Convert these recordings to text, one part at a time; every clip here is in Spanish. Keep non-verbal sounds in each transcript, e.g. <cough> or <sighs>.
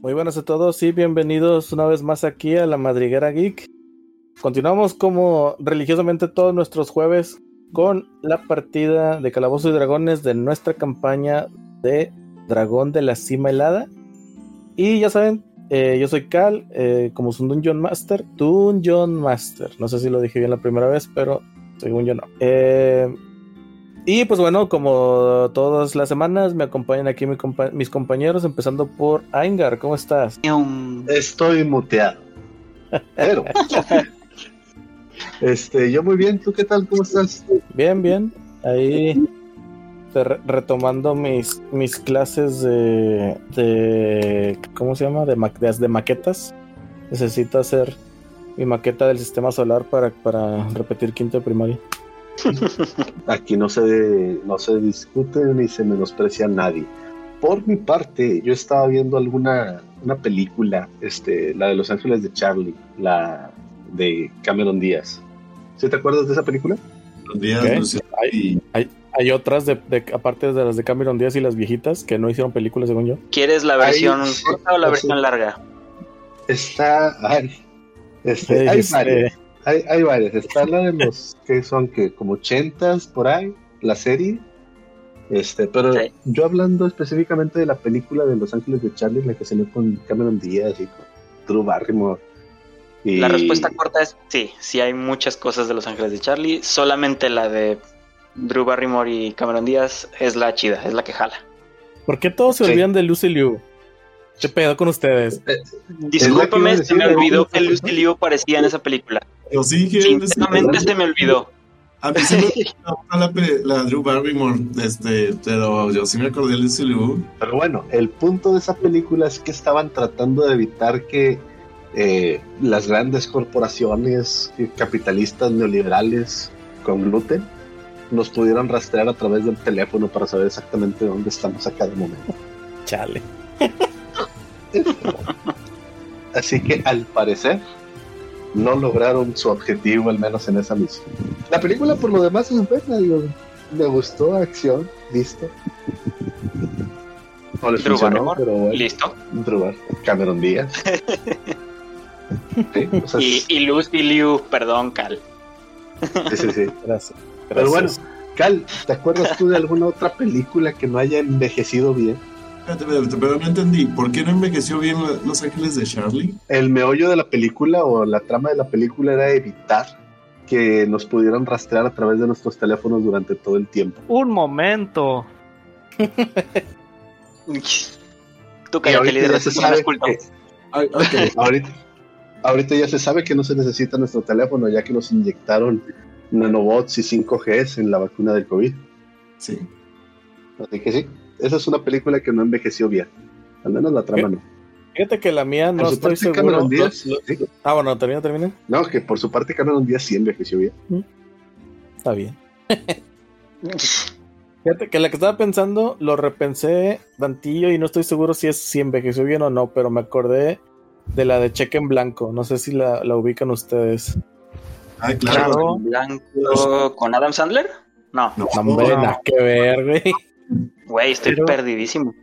Muy buenas a todos y bienvenidos una vez más aquí a la Madriguera Geek. Continuamos como religiosamente todos nuestros jueves con la partida de Calabozos y Dragones de nuestra campaña de Dragón de la Cima Helada. Y ya saben, eh, yo soy Cal, eh, como es un Dungeon Master, Dungeon Master. No sé si lo dije bien la primera vez, pero según yo no. Eh, y pues bueno, como todas las semanas, me acompañan aquí mi compa- mis compañeros, empezando por Aingar. ¿Cómo estás? Ñum. Estoy muteado. Pero. este, yo muy bien. ¿Tú qué tal? ¿Cómo estás? Bien, bien. Ahí te- retomando mis, mis clases de, de- ¿Cómo se llama? De, ma- de, de maquetas. Necesito hacer mi maqueta del sistema solar para, para repetir quinto de primaria. Aquí no se, no se discute ni se menosprecia a nadie. Por mi parte, yo estaba viendo alguna una película, este, la de Los Ángeles de Charlie, la de Cameron Díaz. ¿Sí te acuerdas de esa película? Buenos días, Ok. Luciano, Hay, y hay otras, de, de- aparte de las de Cameron Díaz y las viejitas, que no hicieron películas, según yo. ¿Quieres la Ahí, versión sí, corta o la sí. versión larga? Está. ay, este, hay Este, varias. Hay, hay varias. Está la de los que son que como 80 por ahí, la serie. Este, pero Sí. yo hablando específicamente de la película de Los Ángeles de Charlie, la que salió con Cameron Díaz y con Drew Barrymore. Y La respuesta corta es sí, sí hay muchas cosas de Los Ángeles de Charlie, solamente la de Drew Barrymore y Cameron Díaz es la chida, es la que jala. ¿Por qué todos se Sí. olvidan de Lucy Liu? ¿Qué pedo con ustedes? Discúlpame, Es lo que iba a se me decir, olvidó ¿no? que Lucy Liu parecía en esa película. os dije, Sinceramente este, se me <laughs> olvidó. a mí sí me gustaba la, pe- la Drew Barrymore, este, pero yo sí me acordé de Lucy Liu. Pero bueno, el punto de esa película es que estaban tratando de evitar que eh, las grandes corporaciones capitalistas neoliberales con gluten nos pudieran rastrear a través del teléfono para saber exactamente dónde estamos a cada momento. Chale. Así que al parecer no lograron su objetivo, al menos en esa misión. La película por lo demás es buena, digo, me gustó, acción, listo. No les Drew funcionó, Barrymore, pero bueno. Listo. Drew Cameron Díaz. Sí, o <laughs> sea, Y, y Lucy Liu, perdón, Cal. sí, sí, sí. Gracias. Pero bueno, gracias. Cal, ¿te acuerdas tú de alguna otra película que no haya envejecido bien? Espérate, espérate, pero no entendí, ¿por qué no envejeció bien la- Los Ángeles de Charlie? El meollo de la película o la trama de la película era evitar que nos pudieran rastrear a través de nuestros teléfonos durante todo el tiempo. Un momento. Tú Y cállate, ahorita líder, ya se tú sabe eres culto. que- Ay, Ah, ok, ahorita, ahorita ya se sabe que no se necesita nuestro teléfono ya que nos inyectaron nanobots y 5Gs en la vacuna del COVID. <laughs> sí. Así que sí, esa es una película que no envejeció bien. Al menos la trama no. Fíjate que la mía no Por su estoy parte, seguro. Cameron Díaz, Lo- lo- sí. Ah, bueno, termina, termina. No, que por su parte Cameron Díaz sí envejeció bien. Está bien. <laughs> Fíjate que la que estaba pensando lo repensé tantillo y no estoy seguro si es si envejeció bien o no, pero me acordé de la de Cheque en Blanco. No sé si la, la ubican ustedes. Ay, Ah, claro. Claro. Blanco con Adam Sandler? No, No, hombre, no. nada que ver, güey. güey, estoy Pero- perdidísimo.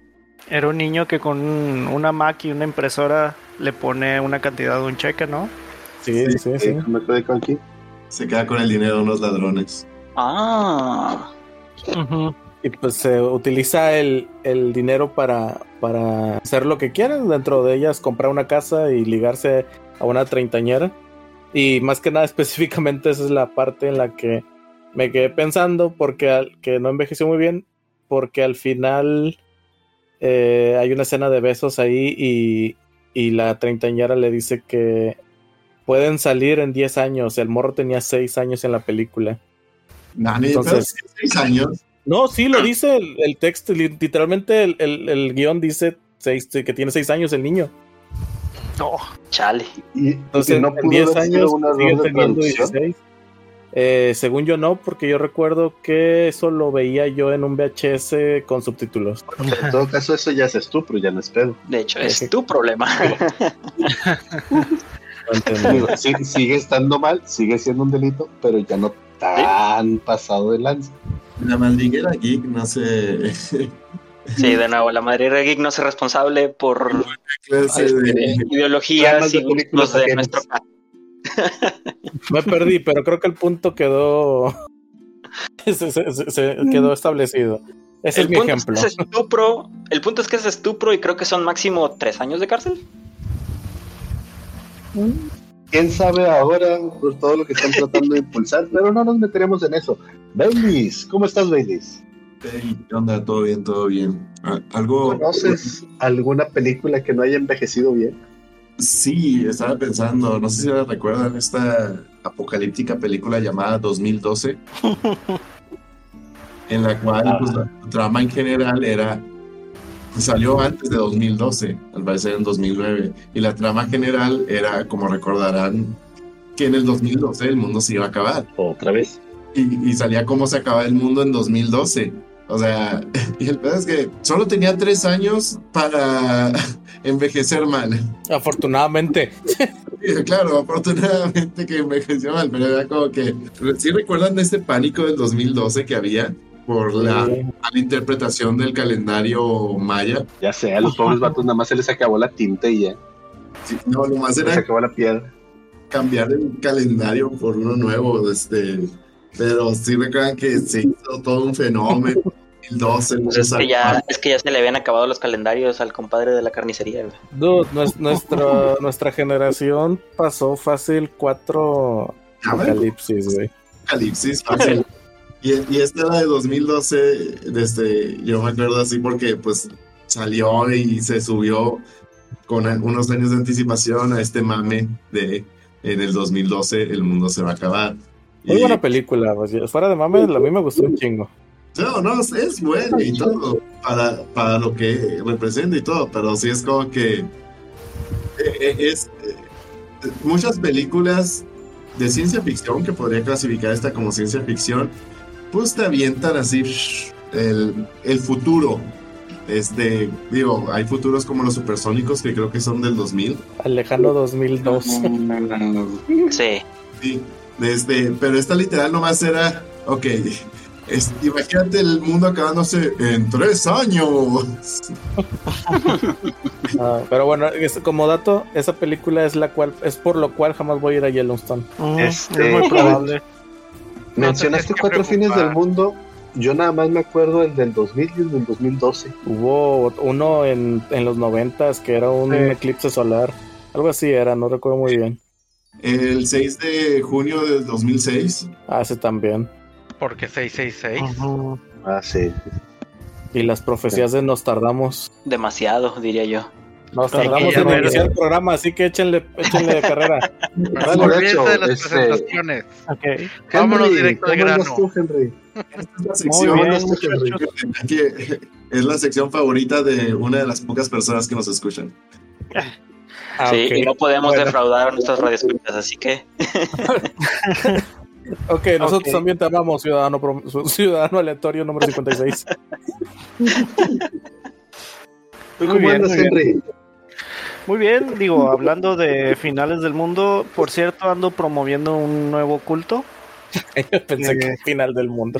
Era un niño que con un- una Mac y una impresora le pone una cantidad de un cheque, ¿no? Sí, sí, sí. Eh, me acuerdo con quién. Se queda con el dinero de unos ladrones. Ah. Y pues se utiliza el, el dinero para, para hacer lo que quieran dentro de ellas, comprar una casa y ligarse a una treintañera. Y más que nada, <laughs> específicamente, esa es la parte en la que me quedé pensando porque al- que no envejeció muy bien, porque al final eh, hay una escena de besos ahí y, y la treintañera le dice que pueden salir en 10 años. El morro tenía 6 años en la película. Nani, Entonces- pero seis años. No, sí, Ah. lo dice el, el texto. li- Literalmente el, el- el guión dice seis, que tiene seis años el niño. No. Chale. Y, Entonces, y no en pudo 10 haber sido años un sigue error de teniendo traducción. 16. Eh, según yo no, porque yo recuerdo que eso lo veía yo en un VHS con subtítulos. En todo caso, eso ya es estupro, ya no es pedo. De hecho, es tu <laughs> problema. No entendí. Digo, sí, sigue estando mal, sigue siendo un delito, pero ya no tan pasado de lanza. La madriguera geek no se, Sí, de nuevo, la Madrid Geek no se responsable por <laughs> este, Clase de- ideologías Tramas de y películas gustos de ajenas. nuestro país. Me perdí, pero creo que el punto quedó. <laughs> se, se- se- se quedó establecido. Ese es mi punto ejemplo. Es que es estupro, el punto es que es estupro y creo que son máximo tres años de cárcel. quién sabe ahora por todo lo que están tratando de impulsar, pero no nos meteremos en eso. Baileys, ¿cómo estás, Baileys? Hey, ¿Qué onda? ¿Todo bien? ¿Todo bien? A- ¿Algo? ¿Conoces alguna película que no haya envejecido bien? Sí, estaba pensando, no sé si ahora recuerdan esta apocalíptica película llamada 2012, en la cual pues, la trama en general era, pues, salió antes de 2012, al parecer en 2009, y la trama general era, como recordarán, que en el 2012 el mundo se iba a acabar, Otra vez. y, y salía cómo se acababa el mundo en 2012. O sea, <laughs> y el pedo es que solo tenía tres años para <laughs> envejecer mal. Afortunadamente. Sí, Claro, afortunadamente que envejeció mal, pero era como que. ¿Sí recuerdan de este pánico del 2012 que había por Ah. la mala interpretación del calendario maya? Ya sé, a los pobres vatos nada más se les acabó la tinta y ya. Sí, No, lo más Se les era acabó la piedra. cambiar el calendario por uno nuevo. Este, pero sí recuerdan que se hizo todo un fenómeno. 2012, no Pues se es, que sabe. ya, es que ya se le habían acabado los calendarios al compadre de la carnicería. güey. Dude, nues- nuestra, nuestra generación pasó fácil cuatro Ah, bueno. apocalipsis, güey. <laughs> Apocalipsis fácil. Y, y esta era de 2012, desde, yo me acuerdo así porque pues salió y se subió con a- unos años de anticipación a este mame de en el 2012 el mundo se va a acabar. Muy Y- buena película, pues, ya- fuera de mames, a mí me gustó un chingo. no, no, es- es bueno y todo, para, para lo que representa y todo, pero sí es como que eh, eh, es eh, muchas películas de ciencia ficción que podría clasificar esta como ciencia ficción, pues te avientan así shh, el, el futuro. Este, digo, hay futuros como los supersónicos que creo que son del 2000. Al lejano 2002. Sí, Sí, desde, pero esta literal nomás era, ok, es- imagínate el mundo acabándose en tres años. Ah, pero bueno, es- como dato, esa película es la cual es por lo cual jamás voy a ir a Yellowstone. Mm, Este- Es muy probable. Mencionaste No te tienes que cuatro fines preocupar. del mundo. Yo nada más me acuerdo el del 2000 y el del 2012. Hubo uno en, en los noventas que era un Sí. eclipse solar. Algo así era, no recuerdo muy bien. El 6 de junio del 2006. Ah, ese también. Porque 666. Ujú. Ah, sí. Y las profecías de nos tardamos. demasiado, diría yo. Nos Sí, que tardamos ya en verás. iniciar el programa, así que échenle, échenle de carrera. Bueno, de Olvídense hecho, de las este- presentaciones. Ok. Vámonos Henry, directo al ¿cómo andas grano. tú, Henry? Esta es la Muy sección, bien, este que- muchachos. que es la sección favorita de una de las pocas personas que nos escuchan. Ah, sí, ok. y no podemos Bueno. defraudar a nuestras radioescuchas, así que Ok, nosotros Ok. también te amamos, ciudadano, prom- su- <laughs> ciudadano aleatorio número 56. ¿Tú Muy cómo bien, andas, muy bien. Ah, Henry? Muy bien, digo, hablando de finales del mundo, por cierto, ando promoviendo un nuevo <laughs> culto. <laughs> Pensé Muy que bien. final del mundo.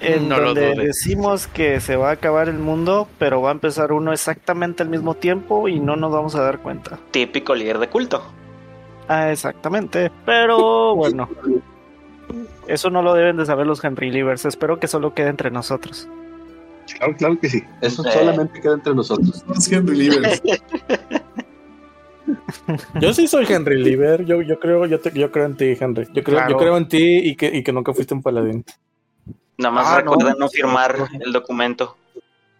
en No lo donde dudes. decimos que se va a acabar el mundo, pero va a empezar uno exactamente al mismo tiempo y no nos vamos a dar cuenta. típico líder de culto. Ah, exactamente. Pero bueno, eso no lo deben de saber los Henry Livers. Espero que solo quede entre nosotros. Claro, claro que sí. Eso Eh. solamente queda entre nosotros. Somos Henry <laughs> Livers. <laughs> Yo sí soy Henry Lieber. Yo, yo creo, yo, te- yo creo en ti, Henry. Yo creo, yo Claro. creo en ti y que, y que nunca fuiste un paladín. Nada más Ah, no. recuerda no firmar el documento.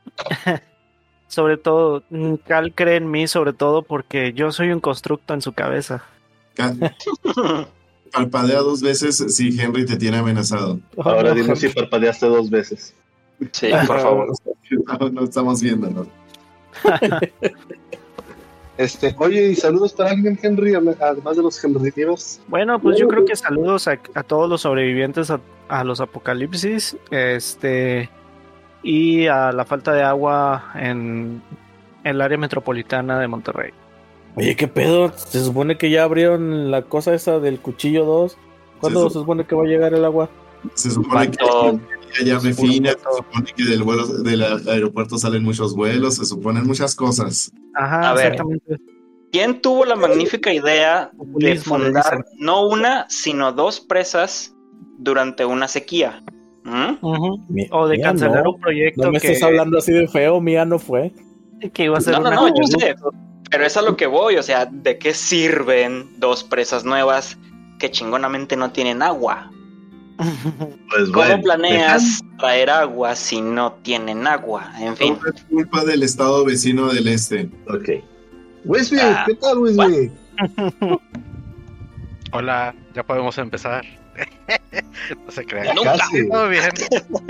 <laughs> Sobre todo, mm, Cal cree en mí, sobre todo porque yo soy un constructo en su cabeza. Ca- Parpadea dos veces si Henry te tiene amenazado. Ahora Oh, dime si parpadeaste dos veces. Sí, Ah, por favor. No, no estamos viéndolo. Este, oye, y saludos para alguien, Henry, ale- además de los Henry Rivers. Bueno, pues yo creo que saludos a, a todos los sobrevivientes a, a los apocalipsis, este y a la falta de agua en el área metropolitana de Monterrey. Oye, ¿qué pedo? Se supone que ya abrieron la cosa esa del cuchillo 2. ¿Cuándo Sí, se supone que va a llegar el agua? Se supone que Cuando llave Por fina, se supuesto. supone que del, vuelo, del aeropuerto salen muchos vuelos, se suponen muchas cosas. Ajá, A ver. exactamente. ¿Quién tuvo Eh, la magnífica idea de Populismo, le fundar dicen. no una, sino dos presas durante una sequía? ¿Mm? Ujú. Mi- O de mía, cancelar no. un proyecto No me que, estés hablando así de feo, mía no fue. que iba a ser No, no, una no, yo sé, pero es a lo que voy, o sea, ¿de qué sirven dos presas nuevas que chingonamente no tienen agua? Pues ¿Cómo bueno, planeas traer agua si no tienen agua? En fin, Todo es culpa del estado vecino del este. Ok. Wesley, Ah, ¿qué tal, Wesley? Hola, ya podemos empezar. <laughs> no se crean. Nunca. Casi, Todo bien.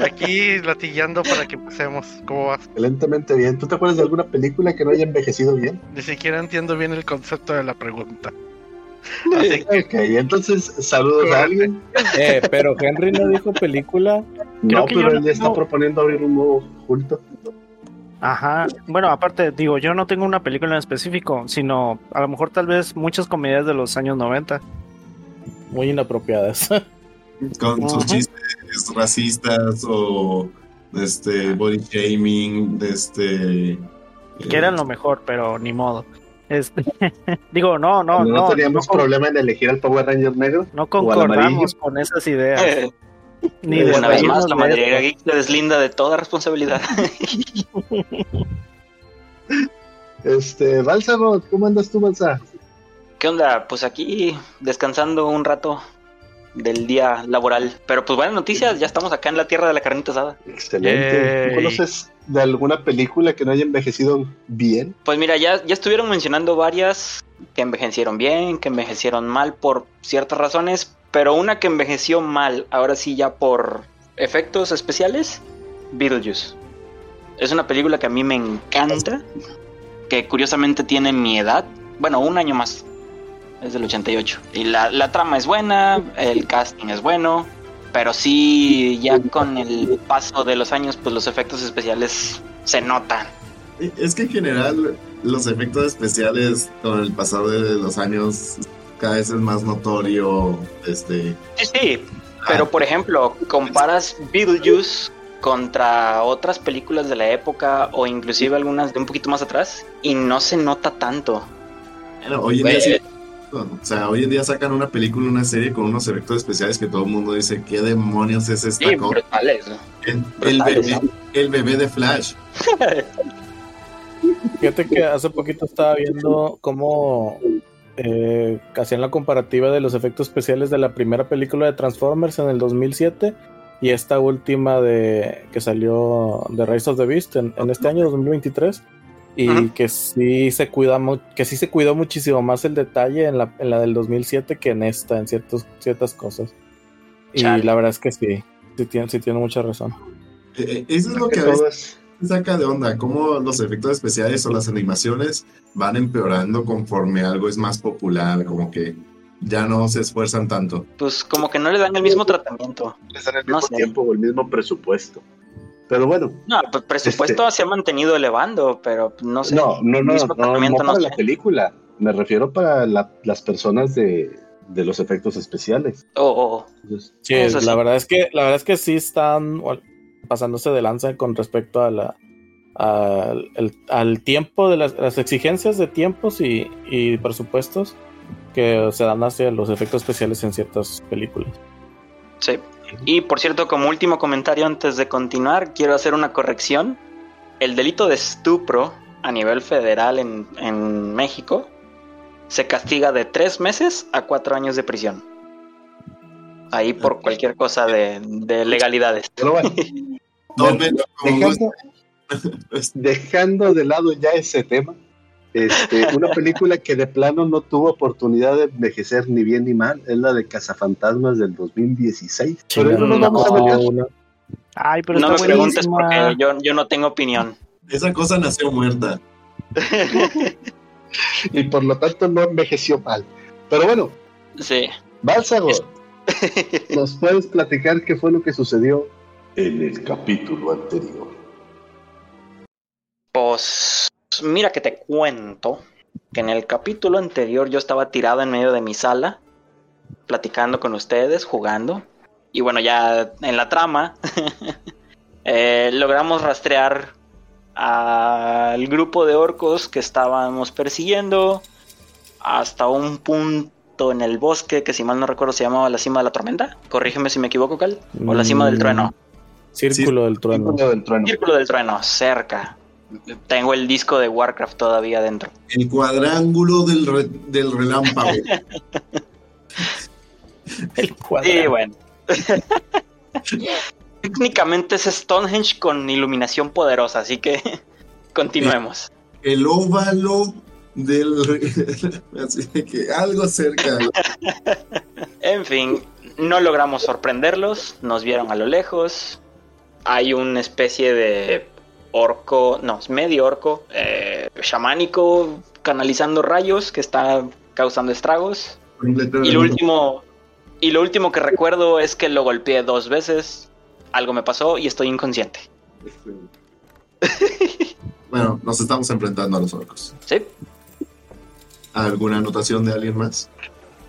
Aquí latillando para que empecemos. ¿Cómo vas? excelentemente bien. ¿Tú te acuerdas de alguna película que no haya envejecido <laughs> bien? Ni siquiera entiendo bien el concepto de la pregunta. Así que Ok, entonces, saludos a alguien. Eh, pero Henry no dijo película. No, que pero yo él no- está proponiendo abrir un nuevo culto. Ajá, bueno, aparte, digo, yo no tengo una película en específico, sino a lo mejor tal vez muchas comedias de los años 90. Muy inapropiadas. con sus Ujú. chistes racistas o este body shaming, este que eran lo mejor, pero ni modo. Este, digo, no, no, No, no, no, teníamos con- problema en elegir al Power Ranger negro. o no al concordamos con esas ideas. eh, ni eh, de <laughs> una vez reírnos más, la de madriguera eso. geek se deslinda de toda responsabilidad. Este, Balsamo, ¿cómo andas tú, Balsa? ¿Qué onda? Pues aquí descansando un rato del día laboral. Pero pues buenas noticias, ya estamos acá en la tierra de la carnita asada. Excelente. Yay. ¿Tú ¿Conoces de alguna película que no haya envejecido bien? Pues mira, ya, ya estuvieron mencionando varias que envejecieron bien, que envejecieron mal por ciertas razones, pero una que envejeció mal, ahora sí ya por efectos especiales, Beetlejuice. Es una película que a mí me encanta, que curiosamente tiene mi edad, bueno, un año más, es del 88. Y la, la trama es buena, el casting es bueno, pero sí, ya con el paso de los años, pues los efectos especiales se notan. eh, es que en general los efectos especiales con el pasar de los años cada vez es más notorio este Sí, sí, Ah. pero por ejemplo, comparas Beetlejuice contra otras películas de la época o inclusive algunas de un poquito más atrás y no se nota tanto. bueno, hoy en día sí- o sea, hoy en día sacan una película, una serie con unos efectos especiales que todo el mundo dice, ¿qué demonios es esta Sí, cosa? brutales. ¿no? El, el brutales, bebé, ¿no? el bebé de Flash. Fíjate que hace poquito estaba viendo cómo eh, hacían la comparativa de los efectos especiales de la primera película de Transformers en el 2007 y esta última de que salió de Rise of the Beast en, en este año 2023 y Ajá. que sí se cuida mu- que sí se cuidó muchísimo más el detalle en la, en la del 2007 que en esta en ciertos ciertas cosas y Chale. la verdad es que sí sí tiene sí tiene mucha razón Eh, eh, Eso es lo que Que a veces todo es- me saca de onda, cómo los efectos especiales o las animaciones van empeorando conforme algo es más popular, como que ya no se esfuerzan tanto. Pues como que no le dan el mismo tratamiento. les dan el No mismo sé. tiempo o el mismo presupuesto. Pero bueno, No, pues, presupuesto se ha mantenido elevando, pero pues, no sé. Este no, no, no, mismo no, no, tratamiento, no para la sé. película. Me refiero para la- las personas de, de los efectos especiales. O- o- Entonces, Sí, Eso la sí. verdad es que la verdad es que sí están bueno, pasándose de lanza con respecto a la al- el- al tiempo de las, las exigencias de tiempos y, y presupuestos que se dan hacia los efectos especiales en ciertas películas. Sí. Y por cierto, como último comentario antes de continuar, quiero hacer una corrección. El delito de estupro a nivel federal en, en México se castiga de tres meses a cuatro años de prisión. Ahí por cualquier cosa de, de legalidades. pero <laughs> bueno, Tómenlo como gusten. dejando, <laughs> dejando de lado ya ese tema, este, una película que de plano no tuvo oportunidad de envejecer ni bien ni mal es la de Cazafantasmas del 2016. Pero eso no. no vamos a meter. Ay, pero no me está preguntes buenísima. porque yo, yo no tengo opinión. <laughs> Esa cosa nació muerta. y por lo tanto no envejeció mal. Pero bueno, Sí. Bálsago, <laughs> ¿nos puedes platicar qué fue lo que sucedió en el capítulo anterior? Pues mira que te cuento que en el capítulo anterior yo estaba tirado en medio de mi sala, platicando con ustedes, jugando, Y bueno, ya en la trama <laughs> eh, logramos rastrear al grupo de orcos que estábamos persiguiendo hasta un punto en el bosque que si mal no recuerdo se llamaba la cima de la tormenta. Corrígeme si me equivoco, Cal. O la cima del Mm. trueno. Círculo del trueno. Círculo del trueno. Círculo del trueno, cerca. Tengo el disco de Warcraft todavía dentro. El cuadrángulo del, re- del <laughs> relámpago. Sí, bueno. <laughs> Técnicamente es Stonehenge con iluminación poderosa, así que <laughs> continuemos. el óvalo del. re- <laughs> Así que algo cerca. En fin, no logramos sorprenderlos, nos vieron a lo lejos. Hay una especie de orco, no, es medio orco, eh, chamánico, canalizando rayos que está causando estragos. Y lo último, y lo último que recuerdo es que lo golpeé dos veces. Algo me pasó y estoy inconsciente. Bueno, nos estamos enfrentando a los orcos. ¿Sí? ¿Alguna anotación de alguien más?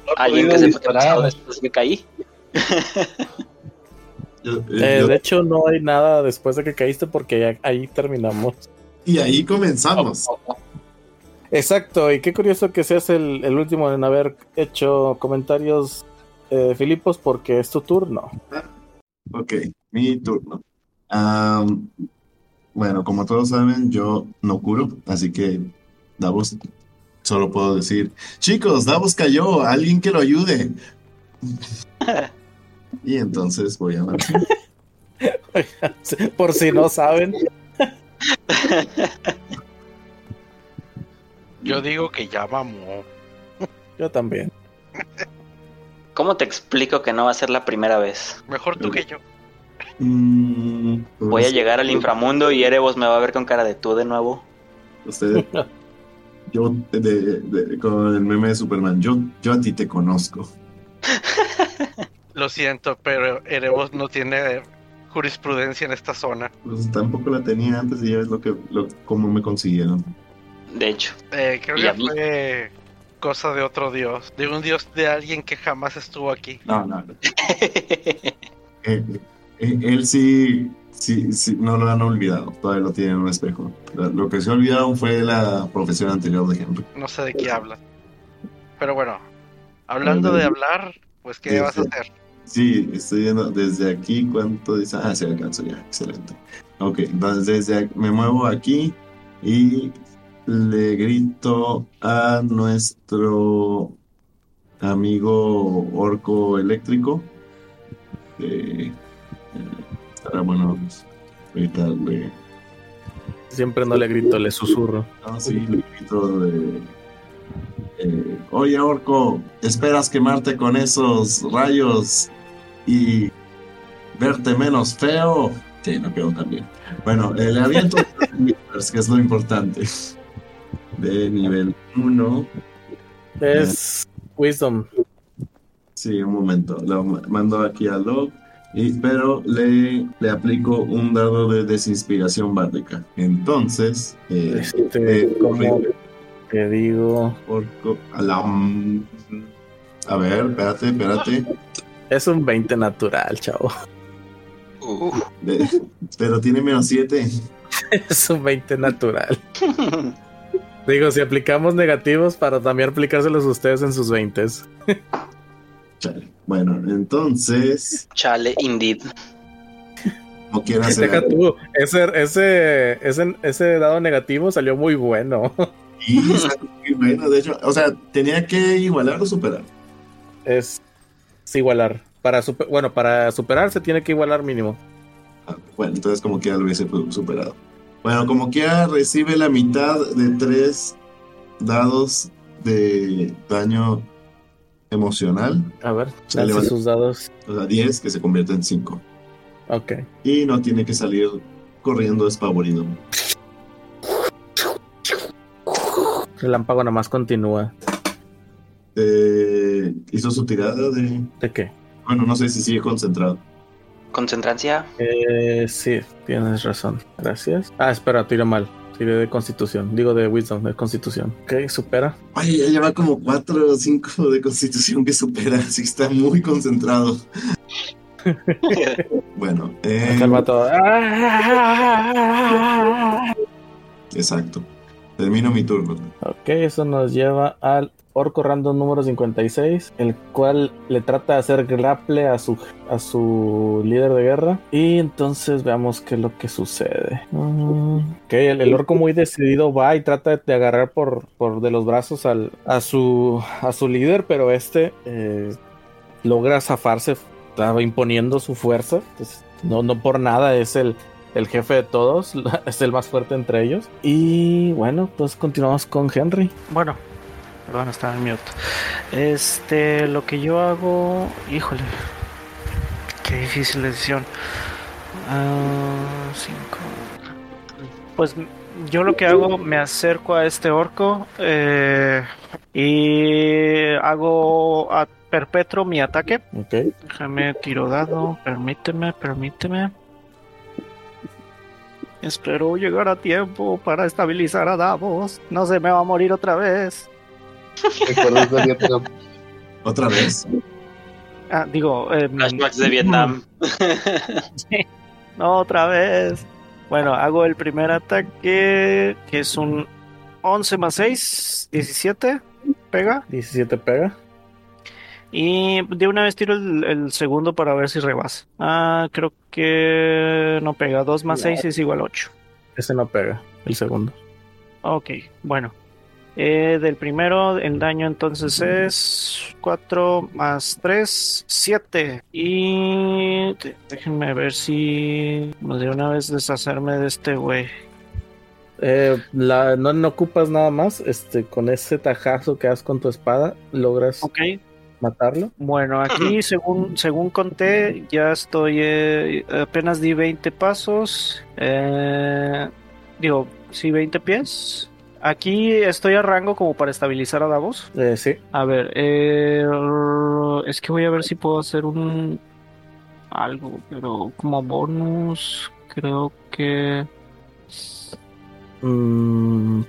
pues, Alguien que podido se fue disparar. cansado después de que caí. Yo- eh, Eh, yo- de hecho, no hay nada después de que caíste porque ya- ahí terminamos. y ahí comenzamos. Exacto, y qué curioso que seas el, el último en haber hecho comentarios, eh, Filipos, porque es tu turno. Ok, mi turno. Am, bueno, como todos saben, yo no curo, así que Davos solo puedo decir, chicos, Davos cayó, alguien que lo ayude. y entonces voy a marchar. <laughs> Por si no saben, Yo digo que ya vamos. yo también. ¿Cómo te explico que no va a ser la primera vez? Mejor tú que yo. Mm, Voy a llegar al inframundo y Erebos me va a ver con cara de tú de nuevo. Usted, yo de- de- de- con el meme de Superman, yo, yo a ti te conozco. Lo siento, pero Erebos no tiene jurisprudencia en esta zona. Pues tampoco la tenía antes y ya ves lo que, lo, cómo me consiguieron. De hecho, Eh, creo Y a que mí. fue cosa de otro dios, de un dios de alguien que jamás estuvo aquí. No, no, no. Eh, eh, él sí, sí, sí, no lo han olvidado, todavía lo tienen en un espejo. La- Lo que se olvidaron fue la profesión anterior de Henry. No sé de qué habla. Pero bueno, hablando de hablar, pues ¿qué Sí, vas a sí. hacer? Sí, estoy viendo desde aquí cuánto dice. Ah, se alcanzó ya, excelente. Ok, entonces desde ac- me muevo aquí y le grito a nuestro amigo orco eléctrico. Eh, eh, estará bueno, pues, ahorita le- Siempre no le grito, le susurro. no, Ah, sí, le grito de. eh, Oye, Orco, ¿esperas quemarte con esos rayos y verte menos feo? Sí, no quedó tan bien. Bueno, eh, le aviento <laughs> Whispers, que es lo importante. De nivel 1. Es Wisdom. Sí, un momento. Lo ma- mando aquí a Log. Y, pero le, le aplico un dado de desinspiración bárdica. Entonces, eh, Este, eh, como te digo, Orco. A la. A ver, espérate, espérate. es un 20 natural, chavo. <laughs> Uf. Eh, Pero tiene menos 7. Es un 20 natural. Digo, si aplicamos negativos para también aplicárselos a ustedes en sus 20. Chale. Bueno, entonces. Chale, indeed. No quiero Deja hacer. tú, ese, ese, ese, ese dado negativo salió muy bueno. <laughs> Y salió muy bueno, de hecho. O sea, tenía que igualar o superar. es, es igualar. Para super- bueno, para superar se tiene que igualar mínimo. Ah, Bueno, entonces como quiera lo hubiese pu- superado. Bueno, como quiera recibe la mitad de 3 dados de daño emocional. A ver, Sale, lance vale. sus dados. O sea, 10 que se convierte en 5. Ok. Y no tiene que salir corriendo despavorido. Relámpago nada más continúa. Eh, hizo su tirada de. ¿De qué? Bueno, no sé si sigue concentrado. Concentrancia. Eh, sí, tienes razón. Gracias. Ah, espera, tiro mal. Tiré de constitución. Digo de wisdom, de constitución. Ok, supera. Ay, ya lleva <laughs> como 4 o 5 de constitución que supera, así que está muy concentrado. Bueno, eh, Calma todo. Ah, exacto. Termino mi turno. Ok, eso nos lleva al orco random número 56, el cual le trata de hacer grapple a su, a su líder de guerra. Y entonces veamos qué es lo que sucede. Mm, Ok, el, el orco muy decidido va y trata de agarrar por, por de los brazos al, a, su, a su líder, pero este eh, logra zafarse, estaba imponiendo su fuerza. Entonces, no, no por nada es el, el jefe de todos, <laughs> es el más fuerte entre ellos. Y bueno, pues continuamos con Henry. Bueno, perdón, estaba en mute. Este, lo que yo hago, híjole, qué difícil decisión. Ah, cinco. Pues yo lo que hago, me acerco a este orco eh, y hago, a, perpetro mi ataque. Ok. Déjame tiro dado, permíteme, permíteme. Espero llegar a tiempo para estabilizar a Davos. No se me va a morir otra vez. ¿Recuerdas de <laughs> Vietnam? Otra vez. Ah, digo, em, Flashbacks de Vietnam. <laughs> no otra vez. Bueno, hago el primer ataque, que es un 11 más 6, 17, pega. 17 pega. Y de una vez tiro el, el segundo para ver si rebasa. Ah, creo que no pega. 2 más 6 es igual a 8. Ese no pega, el segundo. Ok, bueno. Eh, del primero, el daño entonces es 4 más 3, 7. Y de- déjenme ver si de una vez deshacerme de este güey. Eh, la- no, no ocupas nada más. Este, con ese tajazo que das con tu espada, logras Ok, matarlo. bueno, aquí según, según conté, ya estoy. eh, apenas di 20 pasos. Eh, digo, sí, 20 pies. Aquí estoy a rango como para estabilizar a Davos. Eh, sí. A ver, eh, es que voy a ver si puedo hacer un algo, pero como bonus creo que Mm,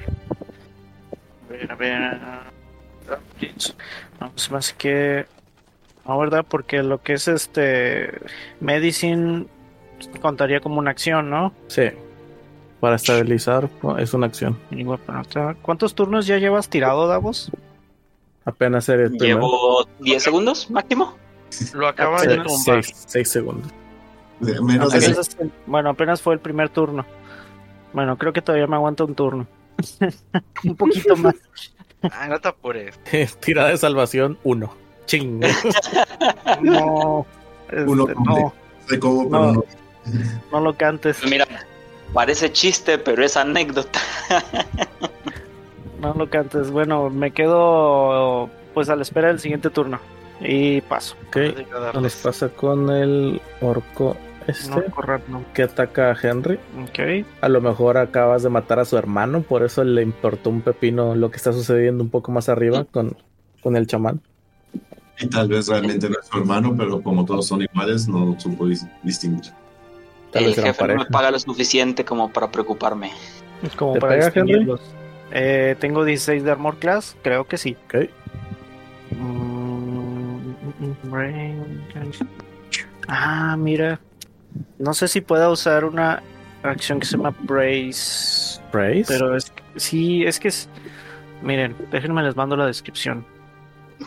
a ver, a ver, no, se me hace que no, verdad, porque lo que es este medicine contaría como una acción, ¿no? sí. Para estabilizar pues, es una acción. Igual para otra- ¿Cuántos turnos ya llevas tirado, Davos? Apenas eres primero. Llevo 10 segundos máximo. Lo acaban de Se- tumbar. seis, seis segundos. <laughs> Eh, Menos de Apenas es el- bueno, apenas fue el primer turno. Bueno, creo que todavía me aguanta un turno. <laughs> un poquito más. Ah, no te apures. Tirada de salvación, uno. Ching. No, este, Uno no, completo. de cómo, pero No. no. no lo cantes, Pues Mira, parece chiste, pero es anécdota. no lo cantes. Bueno, me quedo pues a la espera del siguiente turno y paso. Ok. Ahora Nos sí, pasa con el orco este No correr, no. que ataca a Henry. Ok, A lo mejor acabas de matar a su hermano, por eso le importó un pepino lo que está sucediendo un poco más arriba con, con el chamán. Y tal vez realmente no es su hermano, pero como todos son iguales, no supo dis- distinguir. Ah, Tal el vez eran jefe no me pareja. paga lo suficiente como para preocuparme. es como ¿Te para pega, Henry? distinguirlos. Eh, tengo 16 de armor class, creo que sí. Ok. Mm, mm, range. Ah, mira. No sé si pueda usar una acción que se llama Brace. Praise. Pero es sí, es que es. Miren, déjenme les mando la descripción.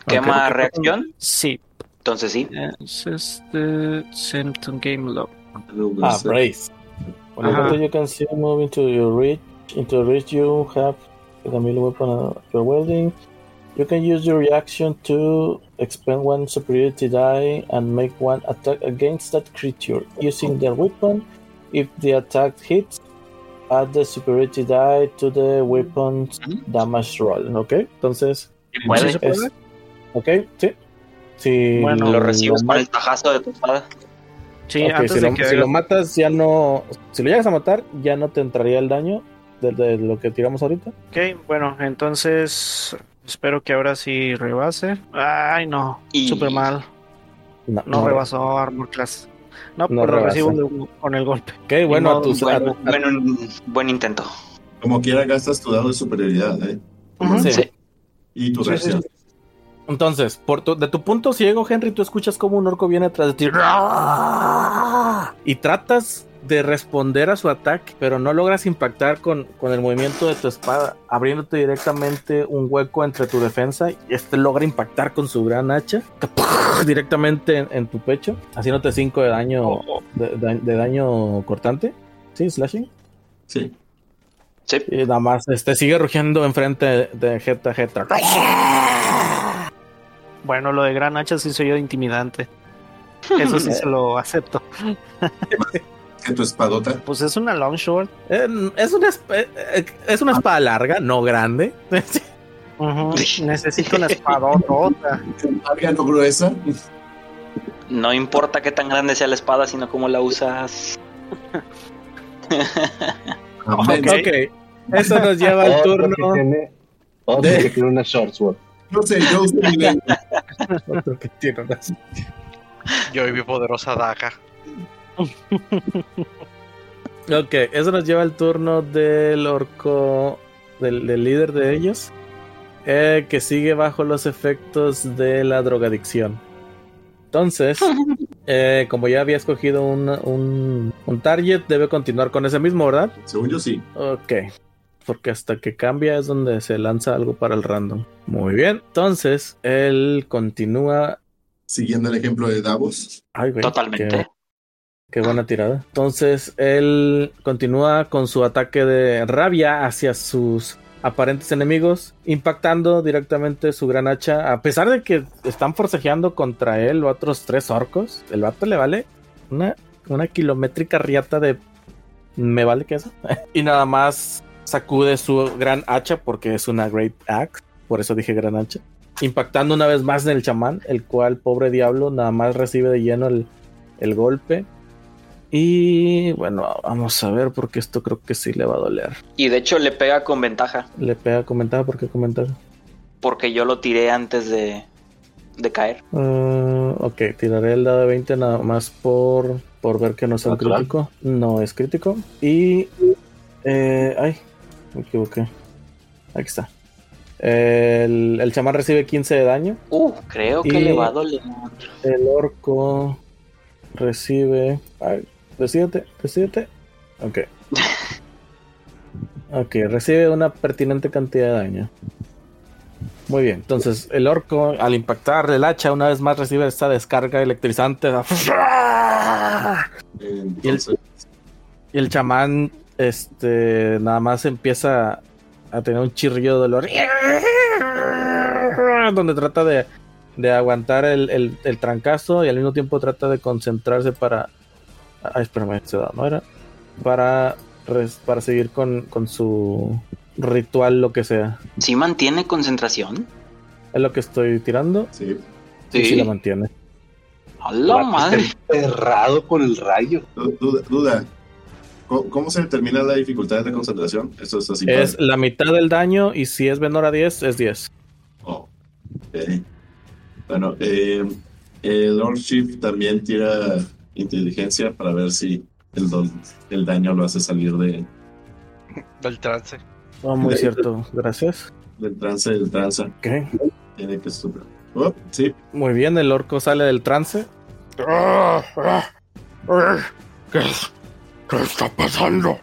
Quema Ok. reacción, Sí, entonces sí. es este. Symptom Game Log. Ah, praise. When Ajá. you consume move into your reach, into your reach you have the melee weapon of your welding. You can use your reaction to expend one superiority die and make one attack against that creature using their weapon. If the attack hits, add the superiority die to the weapon's Mm-hmm. damage roll. Ok, entonces, Puede. ¿Sí se puede? es- ok, sí. Si Bueno, Lo recibes con matas- el tajazo de tu espada. Sí, Ok, antes si, de lo, que. si lo matas, ya no. Si lo llegas a matar, ya no te entraría el daño de, de lo que tiramos ahorita. Ok, bueno, entonces. Espero que ahora sí rebase. Ay, no. Y- Súper mal. No rebasó Armor Class. No, No pero lo rebasa. recibo de- con el golpe. Ok, bueno, modo, a tus. a- Bueno, a- bueno, un buen intento. <laughs> Como quiera, gastas tu dado de superioridad, ¿eh? sí. Sí. Y tu Sí, sí, reacción. Entonces, por tu- de tu punto ciego, Henry, tú escuchas como un orco viene atrás de ti. Y tratas de responder a su ataque, pero no logras impactar con, con el movimiento de tu espada, abriéndote directamente un hueco entre tu defensa. Y este logra impactar con su gran hacha directamente en, en tu pecho, haciéndote 5 de daño, de, de- de daño cortante. Sí, slashing. Sí. Sí. Y nada más, este sigue rugiendo enfrente de Jeta Jeta. Bueno, lo de Gran Hacha sí soy yo intimidante. Eso sí se lo acepto. Que tu espadota. Pues es una long short. Eh, Es una, esp- eh, eh, es una espada larga, no grande. <laughs> Ujú, Necesito una espadota. Larga, no gruesa. No importa qué tan grande sea la espada, sino cómo la usas. Amén. Ok, eso nos lleva al Otro turno. que tiene, otro De- que tiene una short sword. No sé, yo uso mi lengua. Otro que tiene una- Yo y mi poderosa daga. Ok, eso nos lleva al turno del orco, del, del líder de ellos, eh, que sigue bajo los efectos de la drogadicción. Entonces, eh, como ya había escogido un, un, un target, debe continuar con ese mismo, ¿verdad? Según yo sí. Ok. Porque hasta que cambia es donde se lanza algo para el random. Muy bien. Entonces, él continúa. Siguiendo el ejemplo de Davos. Ay, güey, Totalmente. Qué, qué buena tirada. Entonces, él continúa con su ataque de rabia hacia sus aparentes enemigos, impactando directamente su gran hacha. A pesar de que están forcejeando contra él otros tres orcos, el vato le vale una, una kilométrica riata de. Me vale que eso. <laughs> y nada más sacude su gran hacha porque es una great axe. Por eso dije gran hacha. Impactando una vez más en el chamán, el cual, pobre diablo, nada más recibe de lleno el, el golpe. Y bueno, vamos a ver porque esto creo que sí le va a doler. Y de hecho le pega con ventaja, Le pega comentar porque comentar. porque yo lo tiré antes de, de caer. Ah, ok, tiraré el dado de 20 nada más por, por ver que no es un Natural. crítico. No es crítico. Y. eh, ay, me equivoqué. Aquí está. El, el chamán recibe 15 de daño. Uh, creo que Y- le va a doler. El orco recibe. Ay, decídete, decídete. Ok. Ok, recibe una pertinente cantidad de daño. Muy bien, entonces el orco al impactar el hacha una vez más recibe esta descarga electrizante <laughs> Entonces, y el chamán este nada más empieza a tener un chirrillo de dolor donde trata de, de aguantar el, el- el trancazo y al mismo tiempo trata de concentrarse para ay espérame ese dado no era para res- para seguir con, con su ritual lo que sea ¿Sí mantiene concentración? es lo que estoy tirando sí. sí, sí la mantiene A la madre. Errado con el rayo. Du- Duda, duda. ¿Cómo, cómo se determina la dificultad de la concentración? Eso es así. es padre. la mitad del daño y si es menor a 10 es 10 Oh, ok. Bueno, eh, el Lordship también tira inteligencia para ver si el, do- el daño lo hace salir de, Del trance. Oh, muy cierto gracias del trance del tranza. Ok. Tiene que superar. Oh, sí, Muy bien, el orco sale del trance. ¿Qué, está pasando?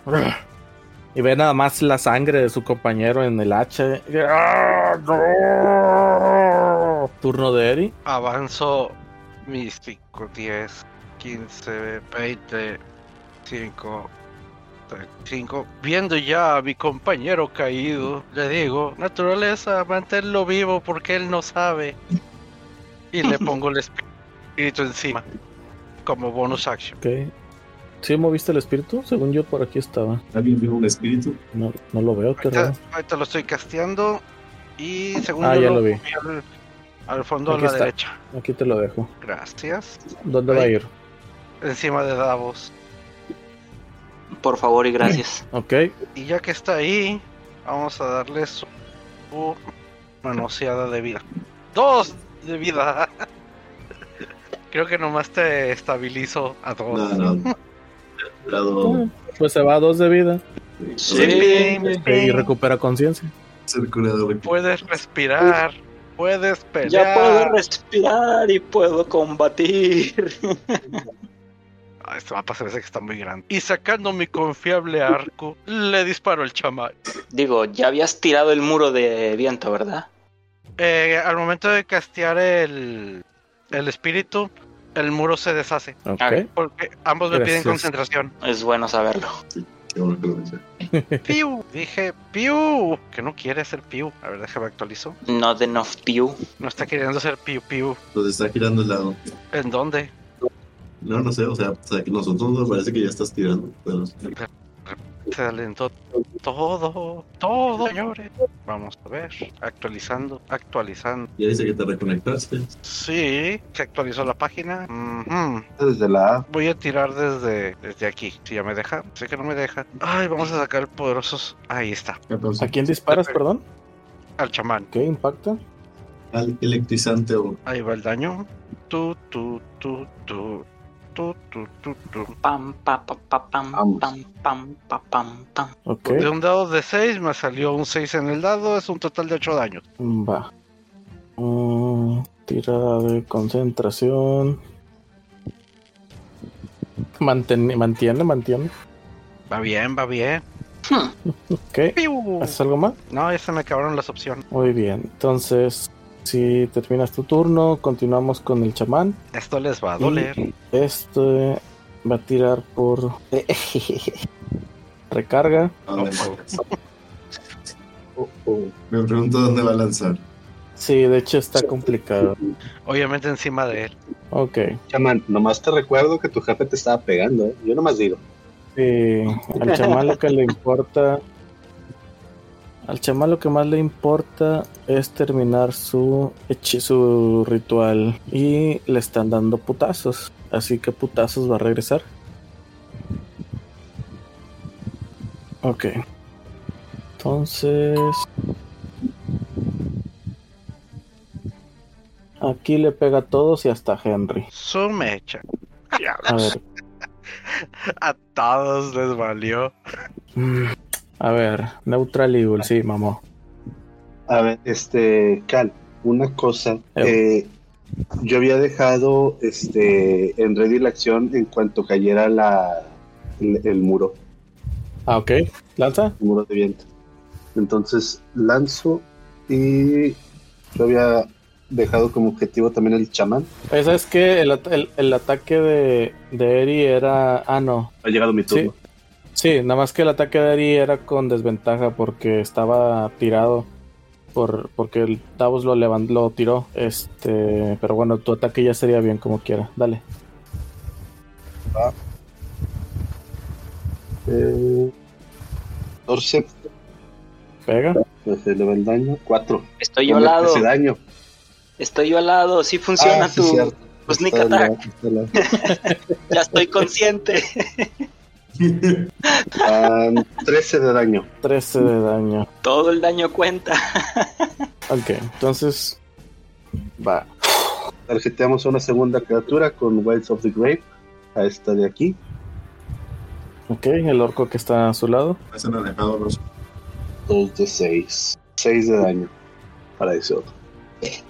Y ve nada más la sangre de su compañero en el hacha. Turno de Eri. Avanzo mis 5, 10, 15, 20, 5, 5. Viendo ya a mi compañero caído, le digo, naturaleza, manténlo vivo porque él no sabe. <laughs> Y le pongo el espíritu encima, como bonus action. Ok. ¿Sí moviste el espíritu? Según yo, por aquí estaba. alguien vio un espíritu. No, no lo veo, qué Ahorita, raro. ahorita lo estoy casteando y según Ah, yo ya lo lo vi. moví Al, al fondo Aquí a la está. derecha. Aquí te lo dejo. Gracias. ¿Dónde va a ir? Encima de Davos. Por favor <laughs> y gracias. Ok. Y ya que está ahí, vamos a darle su su manoseada de vida. ¡Dos de vida! <laughs> Creo que nomás te estabilizo a dos. No, no. Lado- Pues se va a dos de vida Sí. y recupera conciencia. Circulador. Pues- Puedes respirar. puedes pelear. Ya puedo respirar y puedo combatir. Ah, Este mapa se ve que está muy grande. Y sacando mi confiable arco, le disparo al chamán. Digo, ya habías tirado el muro de viento, ¿verdad? Eh, al momento de castear el, el espíritu, el muro se deshace. Ok. A ver. Porque ambos me piden Gracias. concentración. Es bueno saberlo. Qué bueno que lo mencioné. Piu. Dije, Piu. Que no quiere ser Piu. A ver, déjame actualizo. Not enough pew. No está queriendo ser Piu Piu. Entonces está girando el lado. ¿En dónde? No, no sé, o sea, o sea, que nosotros nos parece que ya estás tirando. Pero... Se alentó todo. Todo, señores. Vamos a ver. Actualizando, actualizando. Ya dice que te reconectaste. Sí, se actualizó la página. Ujú. Desde la A. Voy a tirar desde, desde aquí. Si ya me deja. Sé que no me deja. Ay, vamos a sacar poderosos. Ahí está. ¿A 14. quién disparas, perdón? Al chamán. ¿Qué impacta? Al electrizante o Ahí va el daño. Tu, tu, tu, tu. Tu, tu, tu, tu. Pam, pa, pa, pa, pam, Vamos. pam, pam, pa, pam, pam. Ok. De un dado de 6 me salió un 6 en el dado, es un total de 8 daños. Va. Mm, tirada de concentración. Mantiene, mantiene, mantiene. Va bien, va bien. Hmm. Ok. ¡Piu! ¿Haces algo más? No, ya se me acabaron las opciones. Muy bien. Entonces, si terminas tu turno, continuamos con el chamán. Esto les va a doler. Este va a tirar por <laughs> recarga. Ah, Me pregunto dónde va a lanzar. Sí, de hecho está complicado. Obviamente encima de él. Ok. Chamán, nomás te recuerdo que tu jefe te estaba pegando, ¿eh? Yo nomás digo. Sí, al chamán lo que le importa. Al chamán lo que más le importa es terminar su, hechi- su ritual. Y le están dando putazos. Así que putazos va a regresar. Ok. Entonces. Aquí le pega a todos y hasta a Henry. Su mecha. A ver. <laughs> A todos les valió. mm, A ver. Neutral Eagle, sí, mamó. A ver, este, Cal, una cosa. eh, yo había dejado este en ready la acción en cuanto cayera la el, el muro, Ah, ok. Lanza. el muro de viento. Entonces lanzo y yo había dejado como objetivo también el chamán. Esa Pues es que el, at- el- el ataque de, de Eri era. Ah, no. Ha llegado mi turno. Sí, nada más que el ataque de Eri era con desventaja porque estaba tirado. Por, porque el Davos lo, levan- lo tiró. Este. Pero bueno, tu ataque ya sería bien como quiera. Dale. Eh, 14, Pega. pues se le va el daño. 4. Estoy yo al lado. Ese daño. Estoy yo al lado. Sí funciona Ah, sí, tu cierto. tu sneak Está al lado, attack. está al lado. Ya estoy consciente. <laughs> Ah, 13 de daño. 13 de daño. Todo el daño cuenta. Ok, entonces. Va. Tarjeteamos a una segunda criatura con Wilds of the Grave, a esta de aquí. Ok, el orco que está a su lado. Me han alejado los 2 de 6. 6 de daño para ese otro.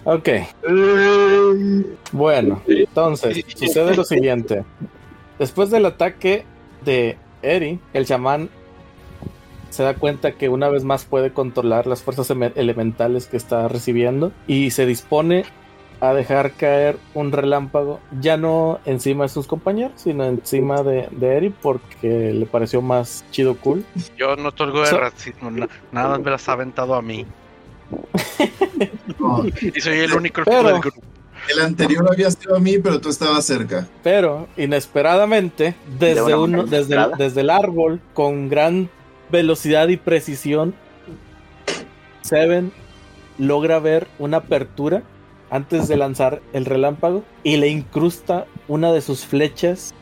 Ok. Bueno, entonces sucede lo siguiente. Después del ataque de Eri, el chamán se da cuenta que una vez más puede controlar las fuerzas eme- elementales que está recibiendo y se dispone a dejar caer un relámpago ya no encima de sus compañeros, sino encima de, de Eri porque le pareció más chido cool. Yo noto algo de So- racismo. na- nada más me las ha aventado a mí. No, Y soy el único Pero- del grupo. el anterior había sido a mí, pero tú estabas cerca. <laughs> Pero inesperadamente, desde, una uno- manera desde, el, inesperada. desde el árbol, con gran velocidad y precisión, Seven logra ver una apertura antes de lanzar el relámpago y le incrusta una de sus flechas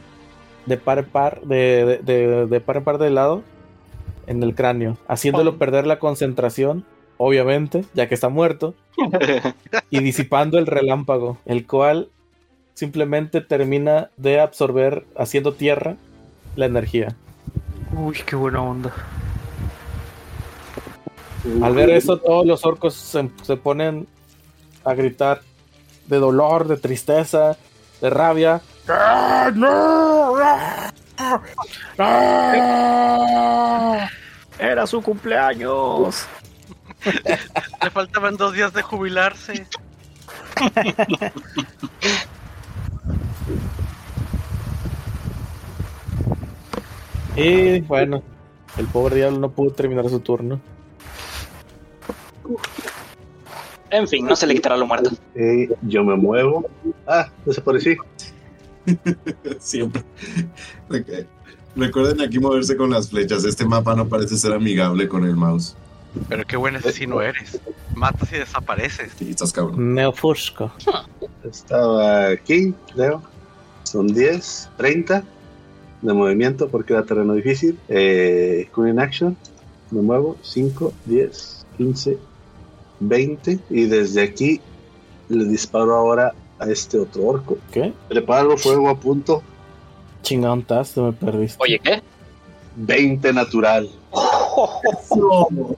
de par en par, de, de- de- de par en par de lado en el cráneo, haciéndolo perder la concentración, obviamente, ya que está muerto y disipando el relámpago, el cual simplemente termina de absorber, haciendo tierra, la energía. Uy, qué buena onda. Al ver eso, todos los orcos se, se ponen a gritar de dolor, de tristeza, de rabia. ¡Ah, no! ¡Ah! ¡Ah! Era su cumpleaños. Le faltaban dos días de jubilarse. Y bueno, el pobre diablo no pudo terminar su turno. En fin, no se le quitará lo muerto. Eh, yo me muevo. Ah, desaparecí. Siempre. Ok. Recuerden aquí moverse con las flechas. Este mapa no parece ser amigable con el mouse. Pero qué buen asesino eres. Matas y desapareces. Sí, estás cabrón. Me ofusco. Estaba aquí, creo. Son 10, 30 de movimiento porque era terreno difícil. Eh, con in action. Me muevo 5, 10, 15, 20. Y desde aquí le disparo ahora a este otro orco. ¿Qué? Preparo fuego a punto. Chingón tazo, me perdiste. Oye, ¿qué? 20 natural. Eh,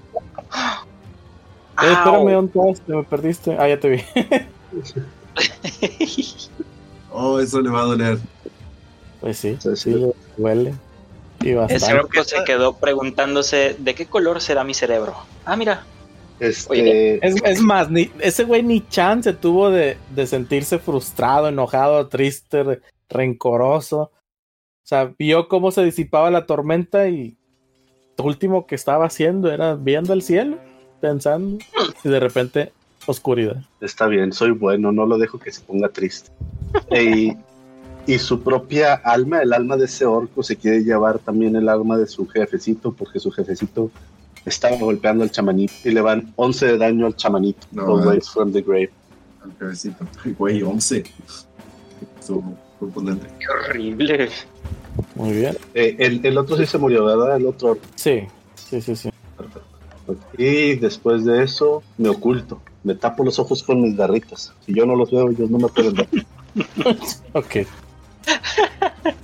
espérame, Au. un tazo, me perdiste. Ah, ya te vi. Oh, eso le va a doler. Pues sí, Sí, sí, sí. le duele. Y Ese bastante. orco se quedó preguntándose de qué color será mi cerebro. Ah, mira, Este, Oye, Es, es más, ni, ese güey ni chance tuvo de, de sentirse frustrado, enojado, triste, re- rencoroso. O sea, vio cómo se disipaba la tormenta y lo último que estaba haciendo era viendo el cielo, pensando, y de repente oscuridad. Está bien, soy bueno, no lo dejo que se ponga triste. Y, y su propia alma, el alma de ese orco, se quiere llevar también el alma de su jefecito, porque su jefecito estaba golpeando al chamanito y le van 11 de daño al chamanito. No, dos man. waves from the grave. Al cabecito. Güey, 11. Su componente. qué horrible. Muy bien. Eh, el, el otro sí se murió, ¿verdad? El otro orco. Sí, sí, sí, sí. Y después de eso me oculto. Me tapo los ojos con mis garritas. Si yo no los veo, ellos no me pueden ver. Ok.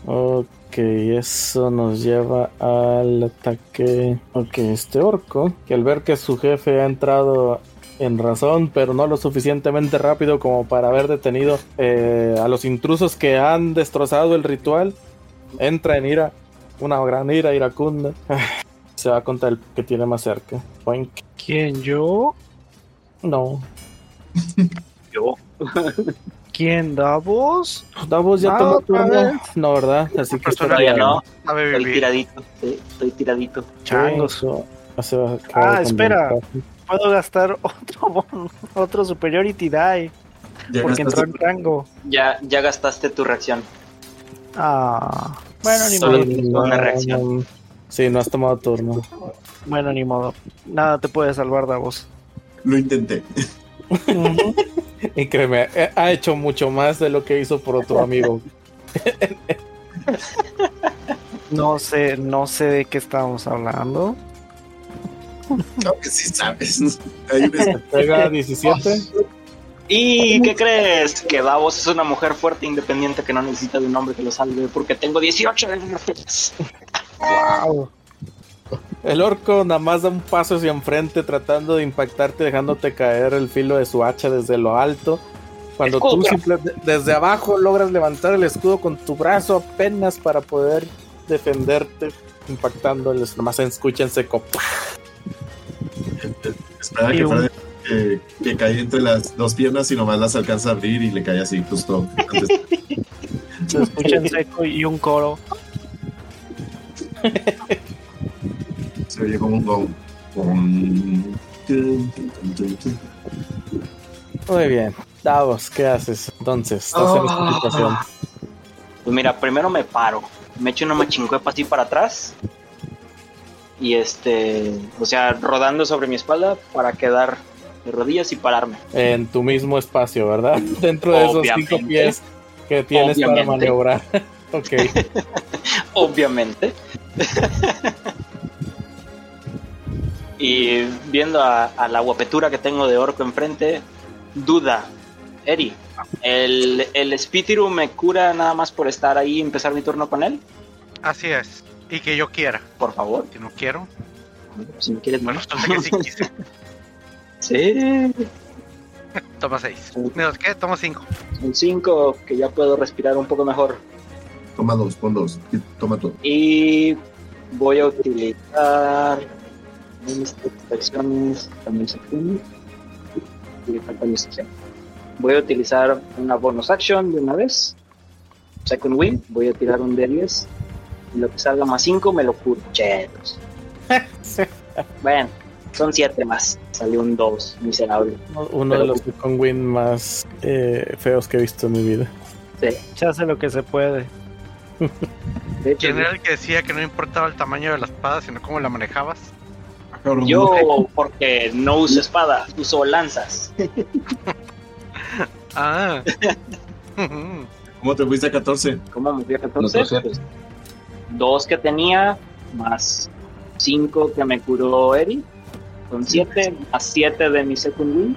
Ok, eso nos lleva al ataque. Ok, este orco, que al ver que su jefe ha entrado en razón, pero no lo suficientemente rápido como para haber detenido eh, a los intrusos que han destrozado el ritual, entra en ira, una gran ira iracunda. <laughs> Se va contra el que tiene más cerca. Boink. ¿Quién yo? No. ¿Quién Davos? Davos ya Ah, tomó otra turno. vez. No, ¿verdad? Así que está Pues Todavía no, Sabe estoy vivir. tiradito. sí, estoy tiradito. Changos. Sí, eso- eso va a acabar Ah, con espera. ventaja. Puedo gastar otro <laughs> bono- otro superiority die Ya porque entró gastaste- en rango. Ya, ya gastaste tu reacción. Ah, bueno, ni Solo modo. tienes una no, reacción. no. Sí, no has tomado turno. Bueno, ni modo. Nada te puede salvar Davos. Lo intenté. Ujú. Y créeme, eh, ha hecho mucho más de lo que hizo por otro amigo. No sé, no sé de qué estábamos hablando. Claro que pues sí sabes. <laughs> Hay un <laughs> Pega 17. ¿Y qué crees? Que Davos es una mujer fuerte e independiente que no necesita de un hombre que lo salve porque tengo 18 de energías. Wow. El orco nada más da un paso hacia enfrente tratando de impactarte, dejándote caer el filo de su hacha desde lo alto. Cuando tú Escudo. simple- desde abajo logras levantar el escudo con tu brazo apenas para poder defenderte, impactándoles. Nomás escúchense como Esperaba Y que un- fuera de- que, que cae entre las dos piernas y nomás las alcanza a abrir y le cae así justo antes. Se escucha en seco y un coro. Se oye como un gong. Gong. Muy bien. Davos, ¿qué haces? Entonces, estás en esta Ah. situación. Pues mira, primero me paro. Me echo una machincuepa así para atrás. Y este, o sea, rodando sobre mi espalda para quedar de rodillas y pararme. En tu mismo espacio, ¿verdad? <laughs> Dentro de esos cinco Obviamente. pies que tienes para Obviamente. maniobrar. <laughs> ok. <laughs> Obviamente. y viendo a, a la guapetura que tengo de orco enfrente, duda. Eri, ¿el, el Spitiru me cura nada más por estar ahí y empezar mi turno con él? Así es. Y que yo quiera. Por favor, Que no quiero. si me quieres Bueno, entonces que sí quise. Sí. Toma 6. No, ¿qué? Toma 5. Un 5, que ya puedo respirar un poco mejor. Toma dos, pon dos. Y toma todo. Y voy a utilizar mis acciones. También se pueden. Le falta mi sección. Voy a utilizar una bonus action de una vez. Second win. Voy a tirar un D10. Y lo que salga más 5 me lo curo. Chetos. bueno, son 7 más. Salió un 2, miserable. Uno- Uno Pero- de los con Win más eh, feos que he visto en mi vida. Sí. Se hace lo que se puede. De hecho, ¿Quién era el que decía que no importaba el tamaño de la espada, sino cómo la manejabas? Ah, yo, porque no uso espada, uso lanzas. <laughs> Ah. <laughs> ¿Cómo te fuiste a 14? ¿Cómo me fui a No 14? te acerques. dos que tenía, más cinco que me curó Eri, son siete, más siete de mi second win,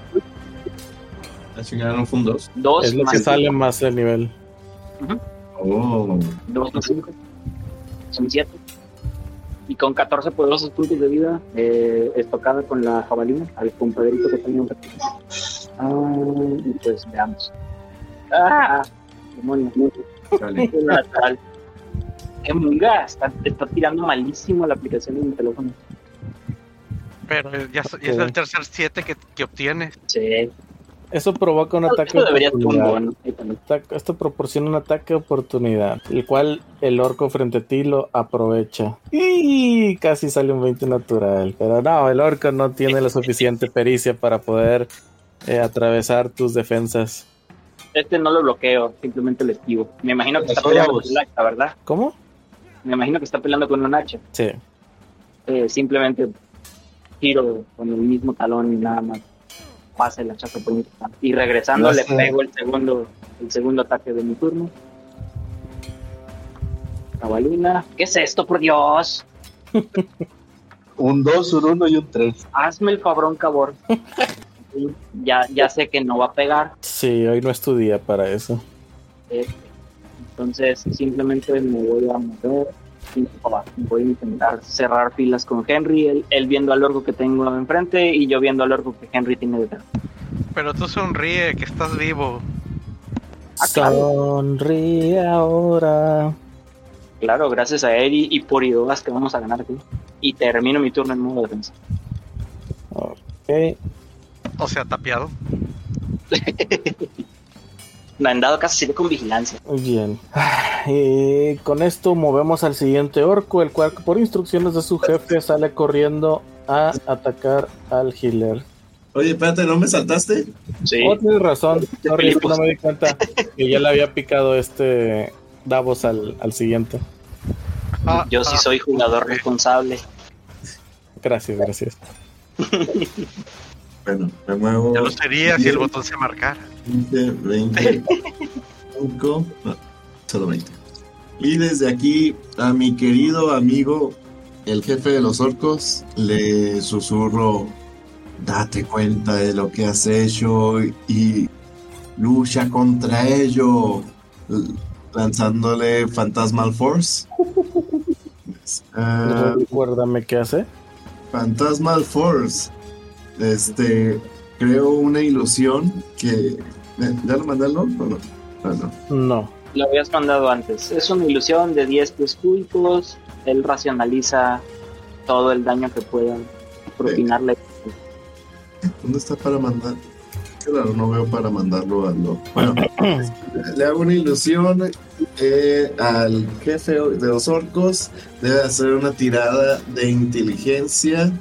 La chingada no fue un 2. dos Es lo más que cinco, sale más el nivel. Oh. dos más cinco, son siete. Y con 14 poderosos puntos de vida, eh, estocada con la jabalina, al compadrito que tenía un ratito. Ah, y pues veamos. ¡Ah! Demonios, no. Dale. Fue natural. ¡Qué munga! Está, está tirando malísimo la aplicación en mi teléfono. Pero ya, es- ya es el tercer 7 que, que obtienes. Sí. Eso provoca un ataque. Esto debería ser un oportunidad. bono. ahí también. Ata- Esto proporciona un ataque de oportunidad, el cual el orco frente a ti lo aprovecha. Y casi sale un 20 natural, pero no, el orco no tiene la <laughs> suficiente pericia para poder eh, atravesar tus defensas. Este no lo bloqueo, simplemente lo esquivo. Me imagino que Pero está son peleando ambos. con un hacha, ¿verdad? ¿Cómo? Me imagino que está peleando con un hacha. Sí. Eh, simplemente tiro con el mismo talón y nada más. Pasa el hachazo por mi talón. Y regresando No le sé. pego el segundo, el segundo ataque de mi turno. Cabalina. ¿Qué es esto, por Dios? Un 2, un 1 y un 3. Hazme el <laughs> cabrón cabor. ya, ya sé que no va a pegar. Sí, hoy no es tu día para eso. Eh, Entonces simplemente me voy a mover y pa- voy a intentar cerrar filas con Henry, él, él viendo al orco que tengo enfrente y yo viendo al orco que Henry tiene detrás. Pero tú sonríe, que estás vivo. Ah, claro. Sonríe ahora. Claro, gracias a él y, y por Idoas que vamos a ganar aquí. Y termino mi turno en modo defensa. Ok. O sea, tapiado. No, En dado caso sigue con vigilancia. Muy Bien. <sighs> Y con esto movemos al siguiente orco, el cual por instrucciones de su jefe sale corriendo a atacar al healer. Oye, espérate, ¿no me saltaste? Sí. Oh, tienes razón. Sorry, Filipos. no me di cuenta que ya le había picado este Davos al, al siguiente. Ah, Yo sí ah, soy jugador responsable. Gracias, gracias. Bueno, me muevo. Ya lo sería si el botón se marcara. 15, 20, 5, no, solo 20. Y desde aquí a mi querido amigo, el jefe de los orcos, le susurro, date cuenta de lo que has hecho y lucha contra ello, l- lanzándole Phantasmal Force. Ah, Recuérdame qué hace. Phantasmal Force. Este, creo una ilusión que. eh, ¿Ya lo mandé al LOL o no? Ah, no. No. Lo habías mandado antes. Es una ilusión de 10 pies cúbicos. Él racionaliza todo el daño que pueda propinarle ¿Dónde está para mandar? Claro, no veo para mandarlo al LOL. Bueno, le hago una ilusión eh, al jefe de los orcos. Debe hacer una tirada de inteligencia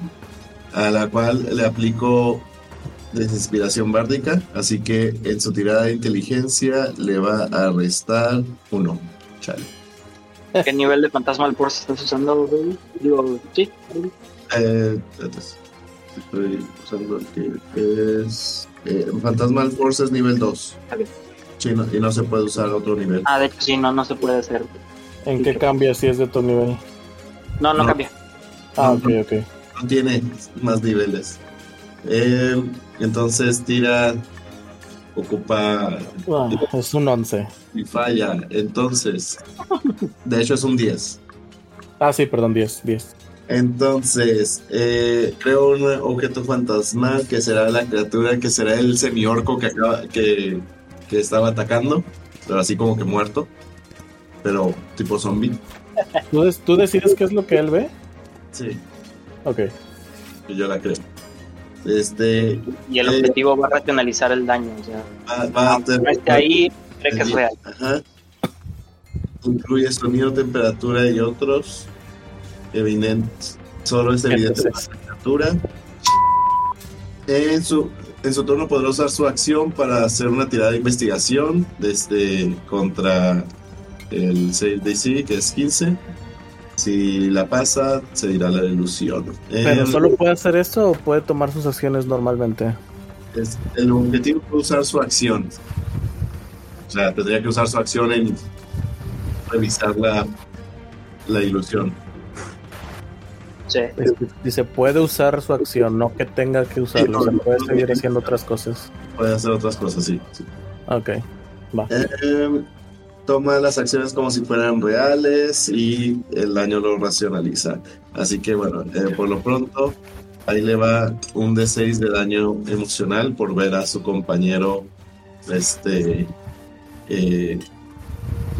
a la cual le aplico desinspiración bárdica. Así que en su tirada de inteligencia le va a restar uno. Chale. ¿Qué nivel de Fantasmal Force estás usando, baby? Digo, sí, baby. Eh, antes. Estoy usando el que es. eh, Fantasmal Force es nivel 2. Está bien. Sí, no- y no se puede usar otro nivel. Ah, de hecho, sí, no, no se puede hacer. ¿En qué cambia si es de tu nivel? No, no, No. cambia. Ah, ok, ok. No tiene más niveles. Eh, entonces tira. Ocupa. Ah, es un 11. Y falla. Entonces. De hecho es un 10. Ah, sí, perdón, 10, 10. Entonces, eh, creo un objeto fantasmal que será la criatura, que será el semiorco que, acaba, que, que estaba atacando, pero así como que muerto, pero tipo zombie. ¿Tú, des- tú decides qué es lo que él ve? Sí. Ok. Que yo la creo. Este, Y el Eh. objetivo va a racionalizar el daño. O sea, va, va a no esté ahí, cree que es real. Ajá. Incluye sonido, temperatura y otros evidentes. Solo es evidente Entonces. la temperatura. En su, en su turno podrá usar su acción para hacer una tirada de investigación desde contra el 6DC, que es 15. Si la pasa, se dirá la ilusión. ¿Pero Em, solo puede hacer esto o puede tomar sus acciones normalmente? es- el objetivo es usar su acción. O sea, tendría que usar su acción en revisar la, la ilusión. Sí. Este, Dice, puede usar su acción, no que tenga que usarlo. O sea, no, puede no, seguir no. haciendo otras cosas. Puede hacer otras cosas, sí. sí. Ok. Eh, eh, toma las acciones como si fueran reales y el daño lo racionaliza. Así que bueno, eh, por lo pronto, ahí le va un D6 de daño emocional por ver a su compañero este eh,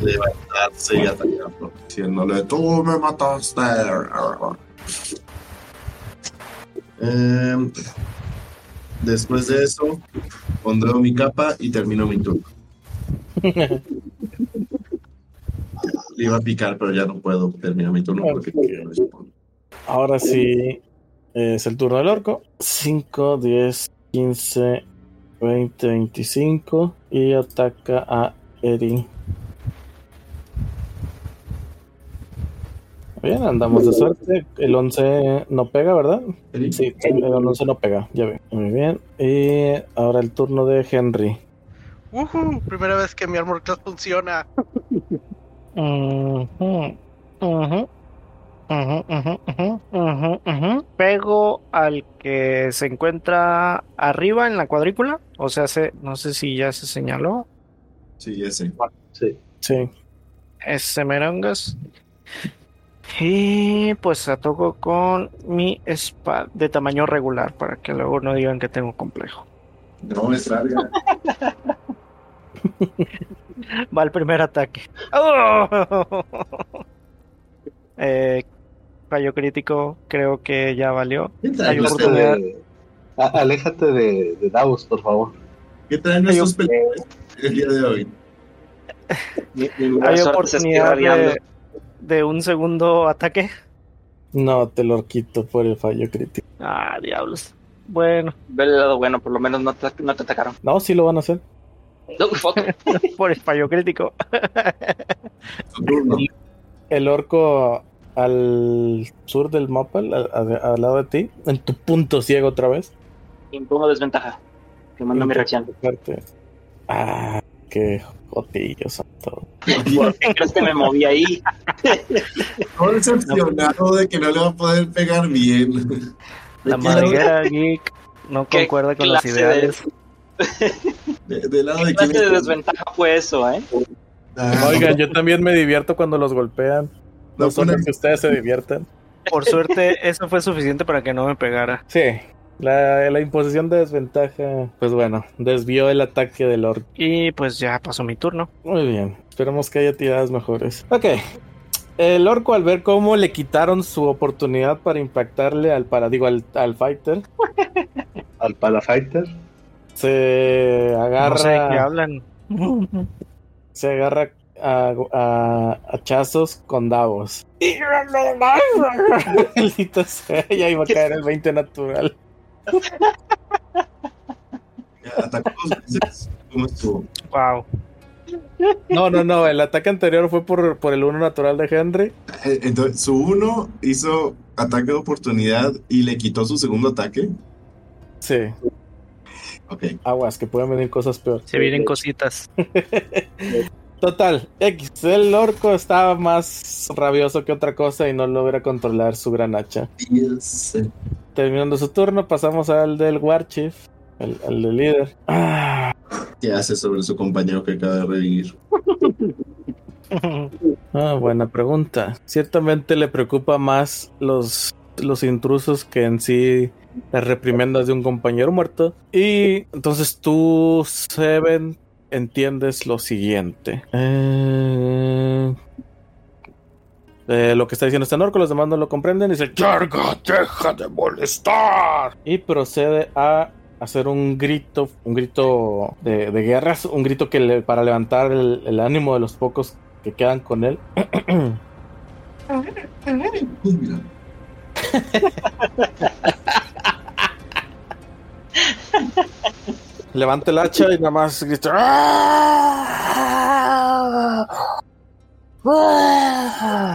levantarse y atacarlo, diciéndole, tú me mataste. Em, después de eso, pondré mi capa y termino mi turno. Le iba a picar, pero ya no puedo terminar mi turno porque quiero responder. Ahora sí es el turno del orco. 5, 10, 15, 20, 25. Y ataca a Eri. Bien, andamos de suerte. El 11 no pega, ¿verdad? Eri, Sí, el 11 no pega, ya ve. Muy bien. Y ahora el turno de Henry. Ujú, Primera vez que mi armor class <laughs> funciona. Ujú, ujú, ujú, ujú, ujú, ujú, ujú. Pego al que se encuentra arriba en la cuadrícula. O sea, se, no sé si ya se señaló. Sí, ese. Sí. Sí. Ese merongas. Y pues ataco con mi espada de tamaño regular para que luego no digan que tengo complejo. No es larga. Va el primer <laughs> ataque. ¡Oh! Eh, fallo crítico, creo que ya valió. ¿Qué Hay traen, los- Aléjate oportunidad. de, Este, a- aléjate de, de Davos, por favor. qué traen Hay estos peleadores el día de hoy? Mi- mi mala suerte Hay se está oportunidad irradiando. de, de un segundo ataque. No, te lo quito por el fallo crítico. Ah, diablos. Bueno, Ve el lado bueno, por lo menos no te, no te atacaron. No, sí lo van a hacer. No, fuck. <laughs> por el fallo crítico. Su turno. el orco al sur del mapa, al, al- al lado de ti, en tu punto ciego otra vez. Impongo desventaja. Que mando mi reacción. Fuerte. Ah, qué jotillos son todos. ¿Por qué crees que me moví <laughs> ahí? Todo decepcionado de que no le va a poder pegar bien. Me La quedo madriguera geek no ¿Qué concuerda con los clase de- ideales. de- del lado ¿Qué de clase quién de es- desventaja fue eso, eh? Ah, Oigan, yo también me divierto cuando los golpean. No, no, son fue una- que ustedes se diviertan. <laughs> Por suerte, eso fue suficiente para que no me pegara. Sí. La, la imposición de desventaja, pues bueno, desvió el ataque del orco. Y pues ya pasó mi turno. Muy bien. Esperemos que haya tiradas mejores. Ok. El orco al ver cómo le quitaron su oportunidad para impactarle al para, digo, al, al fighter, Al Palafighter. se agarra, No sé de qué hablan. <laughs> se agarra a, a hachazos con Davos. <laughs> Maldita sea, ya iba a caer el 20 natural. atacó dos veces. ¿Cómo estuvo? Wow. No, no, no, el ataque anterior fue por, por el 1 natural de Henry. Eh, Entonces, su uno hizo ataque de oportunidad y le quitó su segundo ataque. Sí, Ok. aguas, que pueden venir cosas peores. Se vienen cositas. <laughs> Total, X, el orco estaba más rabioso que otra cosa y no logra controlar su gran hacha. Y ese- Terminando su turno, pasamos al del Warchief, al, al del líder. Ah, ¿Qué hace sobre su compañero que acaba de revivir? Ah, buena pregunta. Ciertamente le preocupa más los, los intrusos que en sí las reprimendas de un compañero muerto. Y entonces tú, Seven, entiendes lo siguiente. Eh, eh, lo que está diciendo este orco, los demás no lo comprenden. Y dice, ¡Larga, deja de molestar! Y procede a hacer un grito, un grito de, de guerras, un grito que le- para levantar el, el ánimo de los pocos que quedan con él. Pues mira, Levanta el hacha y nada más grita. "¡Ah! Ah!".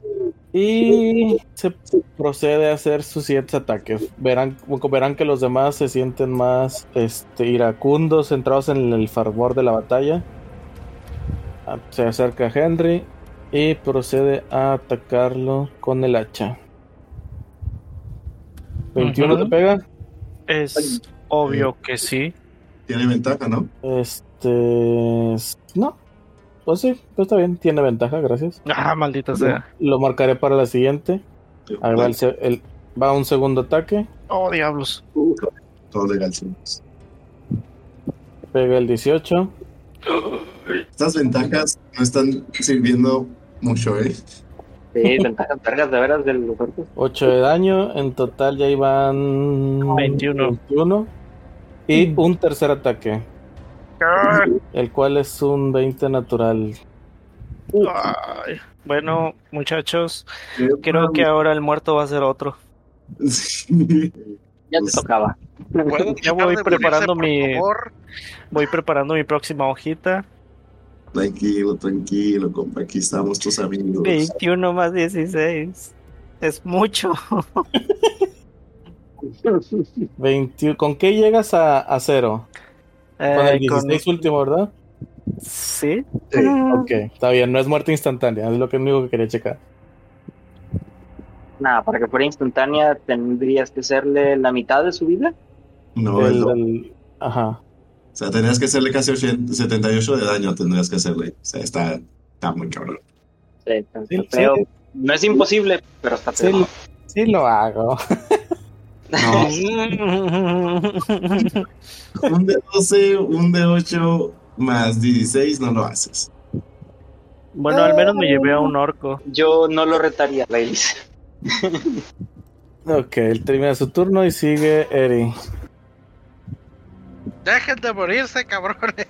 Y se procede a hacer sus siguientes ataques. Verán, verán que los demás se sienten más este, iracundos, centrados en el favor de la batalla. Ah, Se acerca a Henry y procede a atacarlo con el hacha. 21 Ujú. te pega. Es obvio que sí. tiene ventaja, ¿no? Este. s- No. Pues sí, pues está bien, tiene ventaja, gracias. Ah, maldita sea. Lo marcaré para la siguiente. Ahí Pues, va, el se- el- va un segundo ataque. Oh, diablos. Todo de galzones. Pega el 18. Estas ventajas no están sirviendo mucho, ¿eh? Sí, ventajas vergas de veras de los orcos. 8 de daño. En total ya iban. 21. 21. Y un tercer ataque. Ah, El cual es un 20 natural. Ay. Bueno, muchachos, creo que ahora el muerto va a ser otro. <laughs> Sí. Ya te Pues- tocaba. Ya ¿Puedo dejar voy de morirse, preparando por mi- favor? Voy preparando mi próxima hojita. Tranquilo, tranquilo, compa. Aquí estamos tus amigos. 21 más 16. Es mucho. 20 ¿Con qué llegas a, a cero? Con el Eh, con- 16 último, ¿verdad? <laughs> Sí. Ok, está bien, no es muerte instantánea, es lo que único que quería checar. Nada, para que fuera instantánea tendrías que hacerle la mitad de su vida. No, El- el- o el- ajá. sea, tendrías que hacerle casi 80 78 de daño, tendrías que hacerle. O sea, está, está muy cabrón. Sí, está Sí, feo. sí. No es imposible, pero está Sí, feo. lo- sí lo hago. No, un de 12, un de 8 más 16 no lo haces. Bueno, al menos me llevé a un orco. Yo no lo retaría, Baileys. Ok, él termina su turno y sigue Eri. Dejen de <laughs> morirse, cabrones.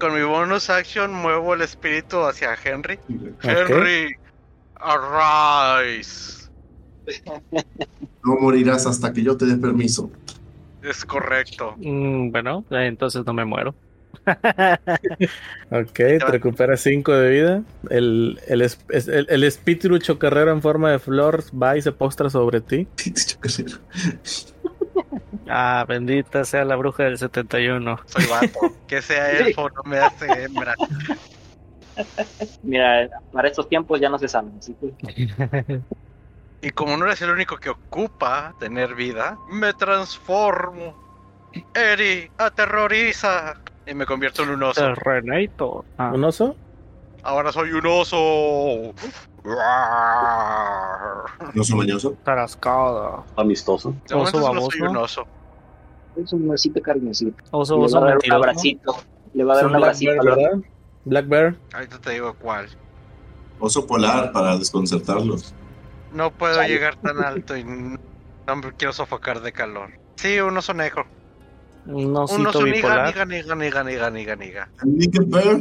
Con mi bonus action muevo el espíritu hacia Henry. Henry, arise. No morirás hasta que yo te dé permiso. <laughs> Es correcto. Mm, bueno, eh, entonces no me muero. Ok, te recupera 5 de vida. El, el, es- es- el, el espíritu chocarrero en forma de flor va y se postra sobre ti. Ah, bendita sea la bruja del 71. Soy <laughs> vato. Que sea elfo no me hace hembra. <laughs> Mira, para estos tiempos ya no se saben. así que- Y como no eres el único que ocupa tener vida, me transformo. Eri, aterroriza. Y me convierto en un oso. Renator. Ah. ¿Un oso? Ahora soy un oso. Rar. No soy mañoso. Tarascada. Amistoso. De Oso momento solo baboso. soy un oso. Es un osito carnosito. Oso, le va oso a dar un mentiroso. abracito. Le va a Es dar un un Black abracito. Bear, al ¿verdad? Black Bear. Ahorita te digo cuál. Oso polar para desconcertarlos. No puedo Chale. llegar <laughs> tan alto y no me quiero sofocar de calor. Sí, un oso negro. Un Un osito oso niga, bipolar. niga, niga, niga, niga, niga, niga. Nick Bear,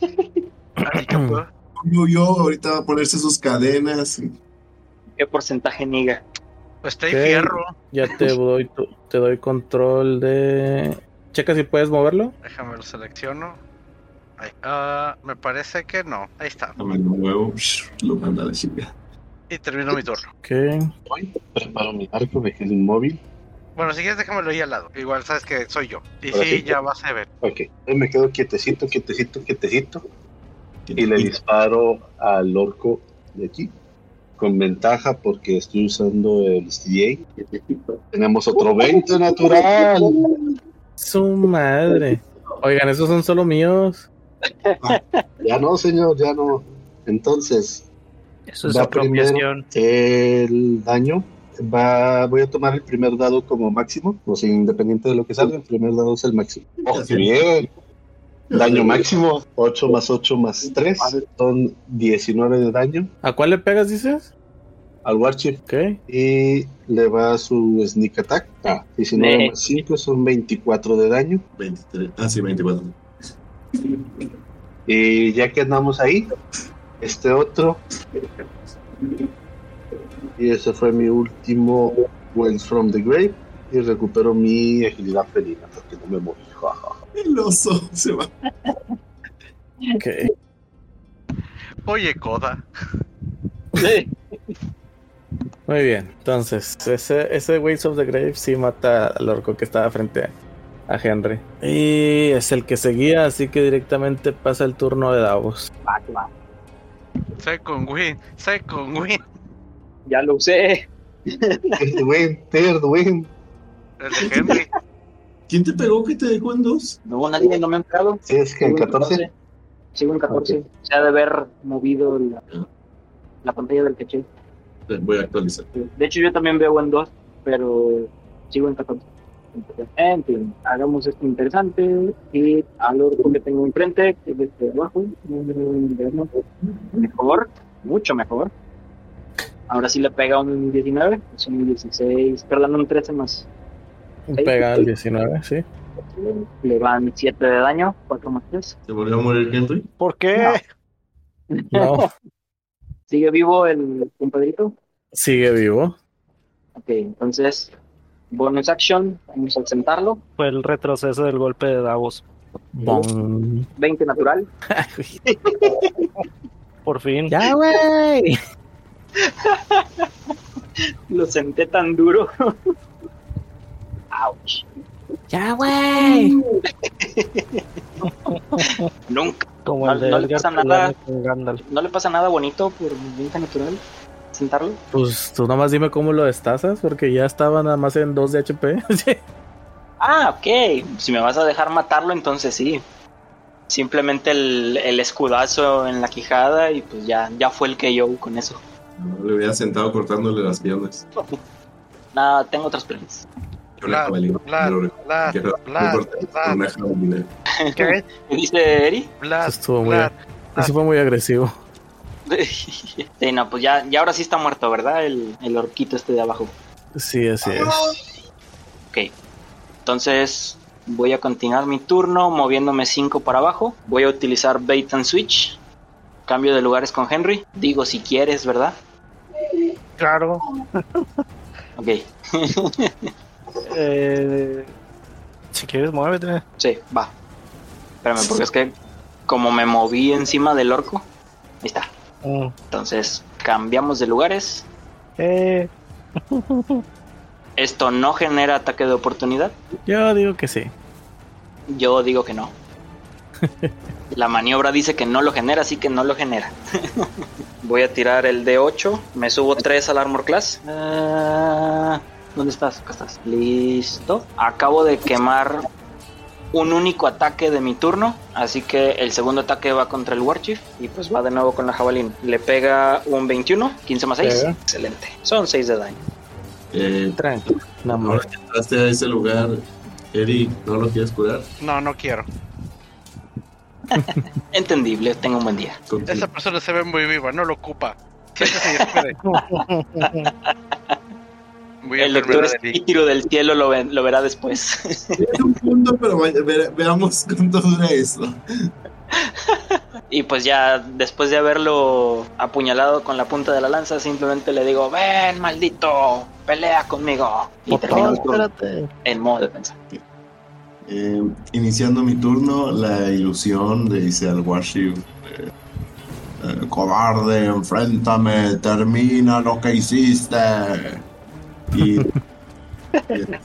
Así que, pues, yo, yo, ahorita va a ponerse sus cadenas. ¿Qué porcentaje niga? pues estoy Ok. fierro. Ya te doy, tu- te doy control de. Checa si puedes moverlo. Déjame lo selecciono. Ahí. Ah, me parece que no. Ahí está. Dame un huevo, psh, lo manda a la chica. Y termino mi turno. Ok. Voy, preparo mi arco, dejé el inmóvil. Bueno, si quieres déjamelo ahí al lado. Igual sabes que soy yo. Y Ahora sí, sí. ya vas a ver. Ok, ahí me quedo quietecito, quietecito, quietecito. Y le disparo al orco de aquí. Con ventaja porque estoy usando el CA. Tenemos <laughs> otro 20 natural. Su madre. Oigan, esos son solo míos. Ya no, señor, ya no. Entonces, Eso es Va apropiación. el daño va. Voy a tomar el primer dado como máximo, o sea, independiente de lo que salga, el primer dado es el máximo. ¡Oh, qué bien! Daño máximo: 8 más 8 más 3 son 19 de daño ¿A cuál le pegas, dices? al Warchip. Ok. Y le va su sneak attack. Ah, 19 Ve. más 5 son 24 de daño. 23. Ah, sí, 24. Y ya que andamos ahí, este otro. Y ese fue mi último Wells from the Grave. Y recupero mi agilidad felina porque no me <laughs> moví. ja, ja, ja. El oso se va. Ok. Oye, Coda. <laughs> Muy bien. Entonces, ese, ese Waves of the Grave sí mata al orco que estaba frente a Henry. Y es el que seguía, así que directamente pasa el turno de Davos. Ah, Second win. Second win. Ya lo usé. Third win, third win. El de Henry. ¿Quién te pegó que te dejó en dos? No, nadie, no me han pegado. Sí, es que en 14. Sigo en 14. Se ha de haber movido la, la pantalla del caché. Eh, Voy a actualizar. De hecho, yo también veo en 2, pero sigo en 14. En fin, hagamos esto interesante y al orco que tengo enfrente, que es este de abajo, mejor, mucho mejor. Ahora sí le pega un 19, es un 16, perdón, un 13 más. Pega al 19, sí. Le van 7 de daño, 4 más 3. ¿Se volvió a morir Henry? ¿Por qué? <laughs> No, ¿Sigue vivo el compadrito? sigue vivo. Ok, entonces, bonus action, vamos a sentarlo. Fue el retroceso del golpe de Davos. Bom. 20 natural. Por fin. Ya, güey. Lo senté tan duro. <laughs> Ouch. Ya, güey. Nunca. Como No- el de no le Edgar pasa nada. Tulane con Gandalf. ¿No le pasa nada bonito por 20 natural? Sentarlo. Pues tú nomás dime cómo lo destazas, porque ya estaba nada más en 2 de <laughs> HP. Ah, ok. Si me vas a dejar matarlo, entonces sí. Simplemente el, el escudazo en la quijada y pues ya, ya fue el que yo con eso. No, le hubiera sentado cortándole las piernas. Nada, tengo otros planes. Y una Bla, jabalina. bla, Y una- bla, que era- bla, un corte- bla. Una jabalina. ¿Qué? ¿Qué dice Eri? Blas, Eso estuvo muy blas. Eso fue muy agresivo. Sí, no, pues ya, ya ahora sí está muerto, ¿verdad? El, el orquito este de abajo. Sí, así es. Ok. Entonces voy a continuar mi turno moviéndome 5 para abajo. Voy a utilizar bait and switch. Cambio de lugares con Henry. Digo si quieres, ¿verdad? Claro. Ok. <laughs> Eh, si quieres, muévete. Sí, va. Espérame, porque es que como me moví encima del orco. Ahí está. Mm. Entonces cambiamos de lugares. Eh, Esto no genera ataque de oportunidad. Yo digo que sí. Yo digo que no. La maniobra dice que no lo genera, así que no lo genera. Voy a tirar el D8. Me subo 3 al Armor Class. Ah, ¿Dónde estás? Acá estás. Listo. Acabo de quemar un único ataque de mi turno. Así que el segundo ataque va contra el Warchief. Y pues va de nuevo con la jabalina. Le pega un 21. 15 más 6. Pega. Excelente. Son 6 de daño. Eh, Tranquilo. No, amor. ahora que entraste a ese lugar, Eri, ¿no lo quieres curar? No, no quiero. Entendible. Tenga un buen día. Con tu- Esa <laughs> persona se ve muy viva, no lo ocupa. Siéntese y espere. Voy a El doctor enfermedad de Lee. Espíritu del Cielo lo, ve- lo verá después. Tiene un punto, pero vaya- ve- veamos cuánto dura eso. Y pues ya después de haberlo apuñalado con la punta de la lanza, simplemente le digo, ven maldito, pelea conmigo. Y termino el turno en modo defensa. Eh, iniciando mi turno, la ilusión le dice al Warship: eh, eh, Cobarde, enfréntame, termina lo que hiciste. Y. este,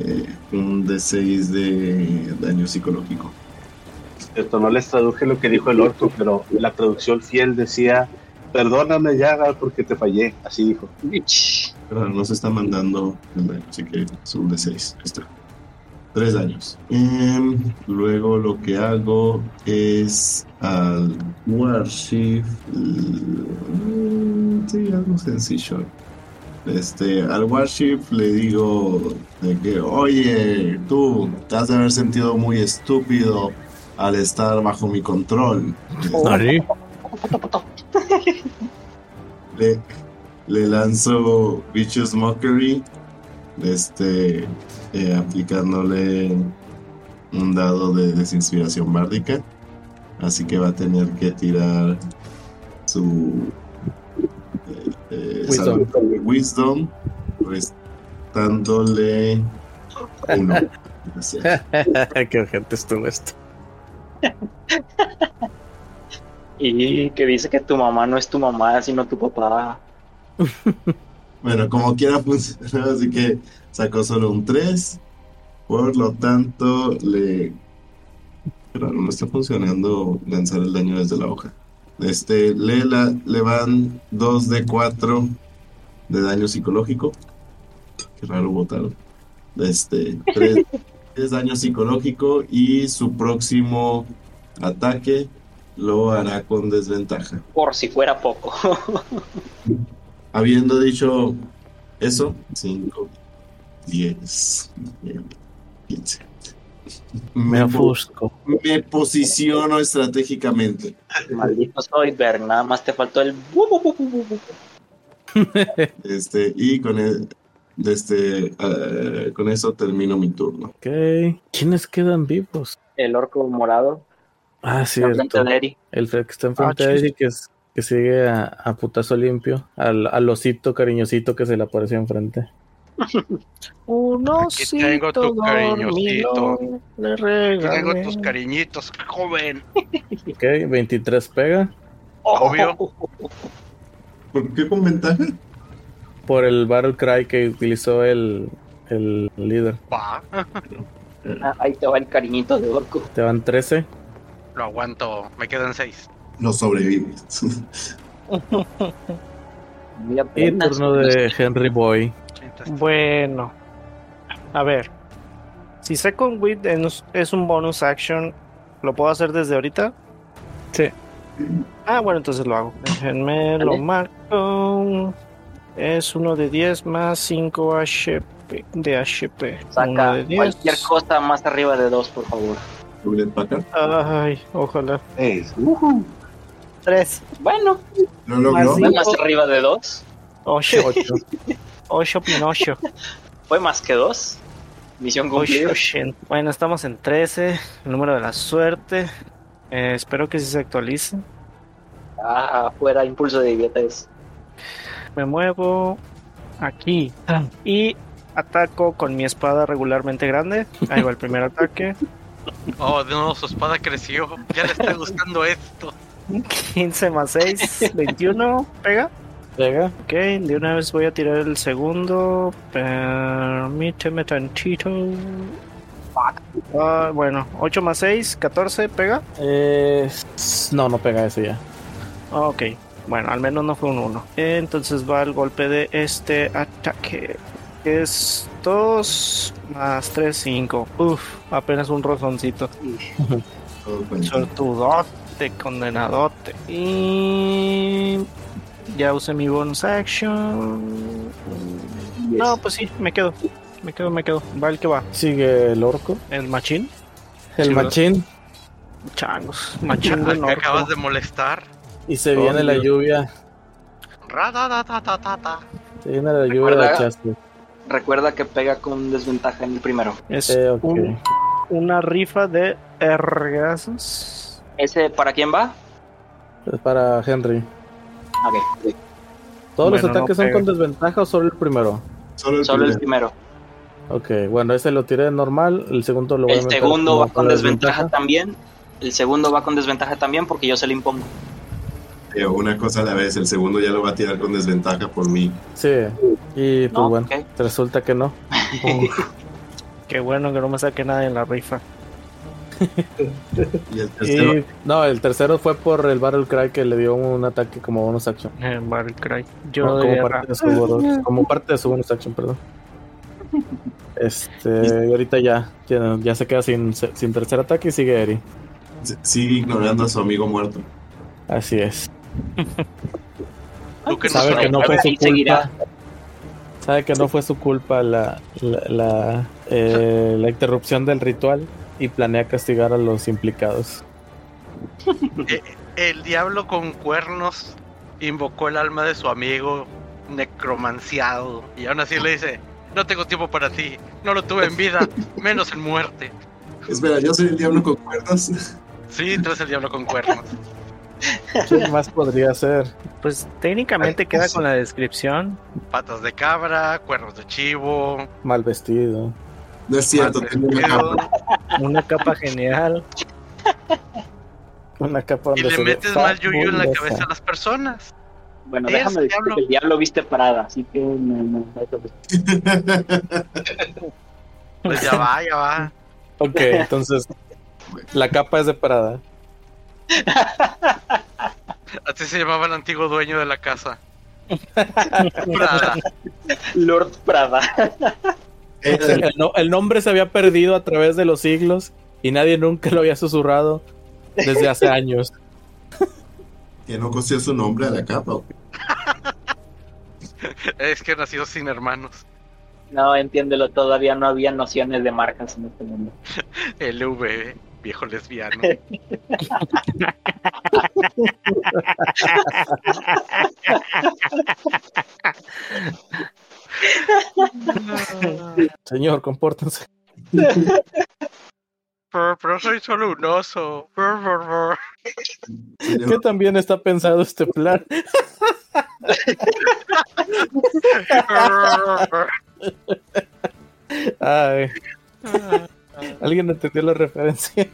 eh, un D6 de daño psicológico. Esto no les traduje lo que dijo el orco, pero la traducción fiel decía: Perdóname, Yaga, porque te fallé. Así dijo. Bitch. Pero no se está mandando el daño, así que es un D6. Ahí está. Tres daños. Em, luego lo que hago es al Warshift. mm, Sí, algo sencillo. Este, al Warshift le digo de que, oye, tú te has de haber sentido muy estúpido al estar bajo mi control. Oh. Le, le lanzo Vicious Mockery, este, eh, aplicándole un dado de desinspiración bárdica. Así que va a tener que tirar su eh, eh, Wisdom. salud de wisdom, restándole uno. Sí. <laughs> Qué urgente estuvo esto. Y que dice que tu mamá no es tu mamá, sino tu papá. Bueno, como quiera funcionó, así que sacó solo un 3. Por lo tanto, le. Pero no me está funcionando lanzar el daño desde la hoja. Este, le, la- le van 2 de 4 de daño psicológico. Qué raro votaron. Este, 3, daño psicológico y su próximo ataque lo hará con desventaja. Por si fuera poco. Habiendo dicho eso, 5, 10, 15. Me Me, po- ofusco. me posiciono estratégicamente. Maldito soy, Ver, nada más te faltó el... bu, bu, bu, bu, bu, bu. Este, y con, el- este, eh, con eso termino mi turno. Ok. ¿Quiénes quedan vivos? El orco morado. Ah, Enfrente cierto. de Eri. El Fred que está enfrente Ah, de chis. Eddie, que, es- que sigue a, a putazo limpio. Al, al osito cariñosito que se le apareció enfrente. Un Aquí tengo tu osito cariñosito. dormilón, le Tengo regalé. tus cariñitos, joven. Ok, 23 pega Obvio. ¿Por qué con ventaja? por el Battle Cry que utilizó el, el líder. Va, <laughs> Ah, ahí te va el cariñito de orco. Te van 13. lo aguanto. Me quedan seis. No sobrevive. Muy Y apenas. turno de Henry Boy. Bueno, a ver. Si Second Wind es- es un bonus action, ¿lo puedo hacer desde ahorita? Sí. Ah, bueno, entonces lo hago. Déjenme lo Dale. marco. Es uno de 10 más 5 HP de HP. uno Saca de 10. cualquier cosa más arriba de dos, por favor. Hewlett Packard. Ay, ojalá. Es- 3. Bueno, Lo logró. Así. fue más arriba de dos. 8. 8. 8 Pinocho. Fue más que dos. Misión Ocho, cumplida. ochen. Bueno, estamos en 13, el número de la suerte. Eh, espero que sí se actualice. Ah, fuera impulso de idiotes. Me muevo aquí y ataco con mi espada regularmente grande. Ahí va el primer ataque. Oh, no, su espada creció. Ya le está <laughs> gustando esto. 15 más 6, 21. Pega. Pega. Ok, de una vez voy a tirar el segundo. Permíteme tantito. Ah, bueno, 8 más 6, 14. Pega. Eh, s- no, no pega ese ya. Ah, Ok, bueno, al menos no fue un 1. Entonces va el golpe de este ataque. Es 2 más 3, 5. Uf, apenas un rozoncito. Todo cuenta. Sortudote, condenadote. Y. Ya usé mi bonus action. No, pues sí, me quedo. Me quedo, me quedo. Va el que va. Sigue el orco. El machín. El Sí, ¿verdad? machín. Changos. Machín Al del que norte. <laughs> acabas de molestar. Y se viene la Dios. lluvia. Radatatatata. Se viene la lluvia de Recuerda- hachazos. Recuerda que pega con desventaja en el primero. Es Eh, ok. un- una rifa de ergazos. ¿Ese para quién va? Es para Henry. Ok, ¿Todos los Bueno, no ataques son pega. con desventaja o solo el primero? Solo el solo el primero. primero. Ok, bueno, ese lo tiré normal. El segundo lo voy a El meter segundo como va con para desventaja también. El segundo va con desventaja también porque yo se lo impongo. Eh, Una cosa a la vez. El segundo ya lo va a tirar con desventaja por mí. Sí, y pues No, bueno, ok. resulta que no. <laughs> Qué bueno que no me saque nada en la rifa. Y el tercero Y, no, el tercero fue por el Battle Cry que le dio un ataque como bonus action. En Battle Cry. Yo No, diría, <laughs> como, parte de su, bonus- como parte de su bonus action, perdón. Este, y ahorita ya, ya, ya se queda sin, sin tercer ataque y sigue Eri. S- Sigue ignorando a su amigo muerto. Así es. pues, Tú que no Sabe sabes que no fue su Ahí seguirá. culpa. Sabe que no fue su culpa la, la, la, eh, la interrupción del ritual y planea castigar a los implicados. El diablo con cuernos invocó el alma de su amigo necromanciado y aún así le dice, no tengo tiempo para ti, no lo tuve <laughs> en vida, menos en muerte. Espera, yo soy el diablo con cuerdas. Sí, tras el diablo con cuernos. ¿Qué más podría ser? Pues técnicamente Ay, queda sí. con la descripción. Patas de cabra, cuernos de chivo, Mal vestido. <laughs> No es cierto, mal tengo una vestido, capa. <laughs> Una capa genial. Una capa donde y le se ve metes mal yuyu en la fabulosa. cabeza a las personas. Bueno, Es déjame decir diablo. que el diablo viste parada, así que no, no, no hay problema. Pues ya va, ya va. Ok, entonces la capa es de parada. Así se llamaba el antiguo dueño de la <laughs> casa. Prada. Lord Prada. El, el no- el nombre se había perdido a través de los siglos y nadie nunca lo había susurrado desde <laughs> hace años. que no cosió su nombre a la capa. ok. Es que nació sin hermanos. No, entiéndelo, todavía no había nociones de marcas en este mundo. LV, viejo <laughs> lesbiano. Señor, compórtense. Pero, pero soy solo un <laughs> oso. Brr, brr, brr. Que también está pensado este plan. Brr, brr. Ay, ¿Alguien entendió la referencia?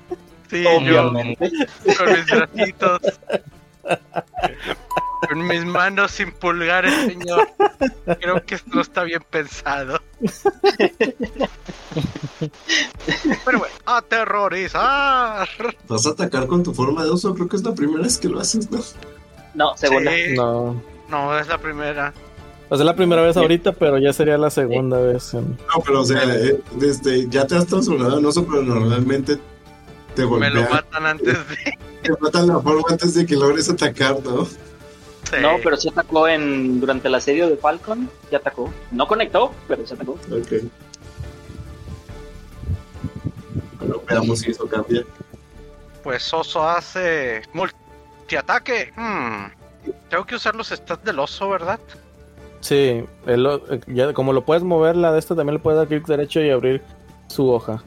Sí, yo Obviamente. con mis bracitos. Con mis manos sin pulgares, señor. Creo que esto no está bien pensado. Pero bueno, aterrorizar. Vas a atacar con tu forma de oso, creo que es la primera vez que lo haces, ¿no? No, segunda. Sí, No. No, es la primera. O sea, la primera vez ahorita, pero ya Eh. sería la segunda vez. en- No, pero o sea, eh, desde, ya te has transformado en oso, pero normalmente te Me lo golpean, matan antes de. te matan la forma antes de que logres atacar, ¿no? No, pero sí atacó en durante el asedio de Falcon. Ya atacó. No conectó, pero se atacó. Ok. Bueno, veamos si eso cambia. Pues oso hace multiataque. Hmm. Tengo que usar los stats del oso, ¿verdad? Sí, el o- eh, ya como lo puedes mover, la de esta también le puedes dar clic derecho y abrir su hoja.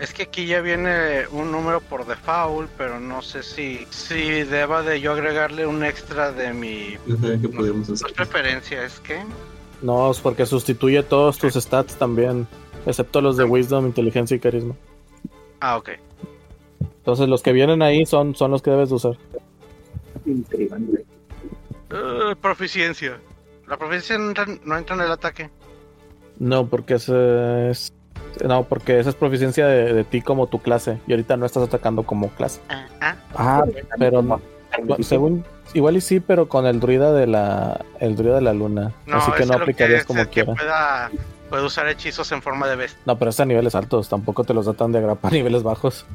Es que aquí ya viene un número por default, pero no sé si, si deba de yo agregarle un extra de mi No sabía que podíamos hacer. las preferencias. Es que No, es porque sustituye todos tus stats también, excepto los de Wisdom, Inteligencia y Carisma. ah, ok. Entonces los que vienen ahí son, son los que debes de usar. Intrigante. Eh, proficiencia. La proficiencia entra- no entra en el ataque. No, porque ese es... No, porque esa es proficiencia de, de ti como tu clase. Y ahorita no estás atacando como clase. Ah, ah. Ah, pero no. Bueno, según igual y sí, pero con el druida de la el druida de la luna. No, Así que es no lo aplicarías es, como es que quiera. pueda, puede usar hechizos en forma de bestia. No, pero es a niveles altos, tampoco te los da tan de agrapa a niveles bajos.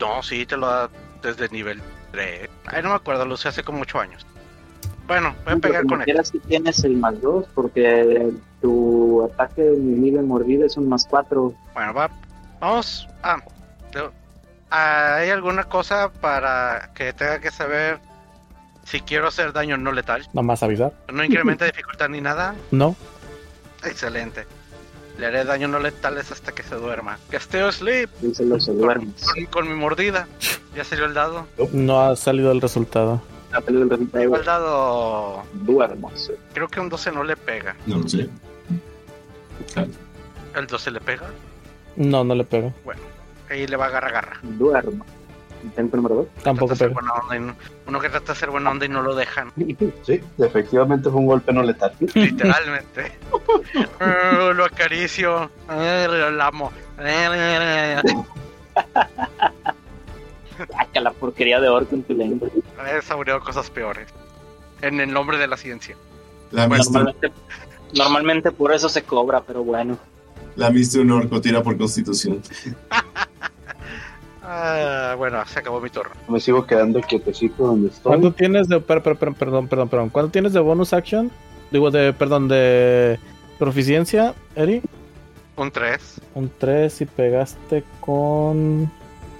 No, sí, te lo da desde nivel 3. Ay, no me acuerdo, lo usé hace como 8 años. Bueno, voy a Pero pegar como con él. quiera, sí tienes el más 2, porque tu ataque de nivel mordida es un más 4. Bueno, va. Vamos. Ah, te- ah, ¿hay alguna cosa para que tenga que saber si quiero hacer daño no letal? Nada más avisar. No incrementa dificultad ni nada. No, Excelente. Le haré daño no letales hasta que se duerma. Casteo sleep Dice los duermes. con, con mi mordida. Ya salió el dado. no ha salido el resultado. La pelea del Salió resultado El dado. duermos. Creo que un 12 no le pega. No lo sé. ¿El 12 le pega? No, no le pego. Ahí le va a agarrar, agarra. Duermo. Intento número Tampoco Trata de ser pego. buena onda y no- uno que trata de ser buena onda y no lo dejan. <laughs> Sí, efectivamente fue un golpe no letal. <laughs> Literalmente. Eh, lo acaricio. Eh, lo amo. Eh, dos. Saca la porquería de orco en tu lengua. He saboreado cosas peores. En el nombre de la ciencia. La Bueno, amistad. Normalmente, normalmente por eso se cobra, pero bueno. La Mr. Norco tira por constitución. Ah, bueno, se acabó mi turno. Me sigo quedando quietecito donde ¿Cuánto estoy. tienes de per- per- per- perdón, perdón, perdón? ¿Cuánto tienes de bonus action? Digo de perdón de proficiencia, Eri. Un 3, Un 3 y pegaste con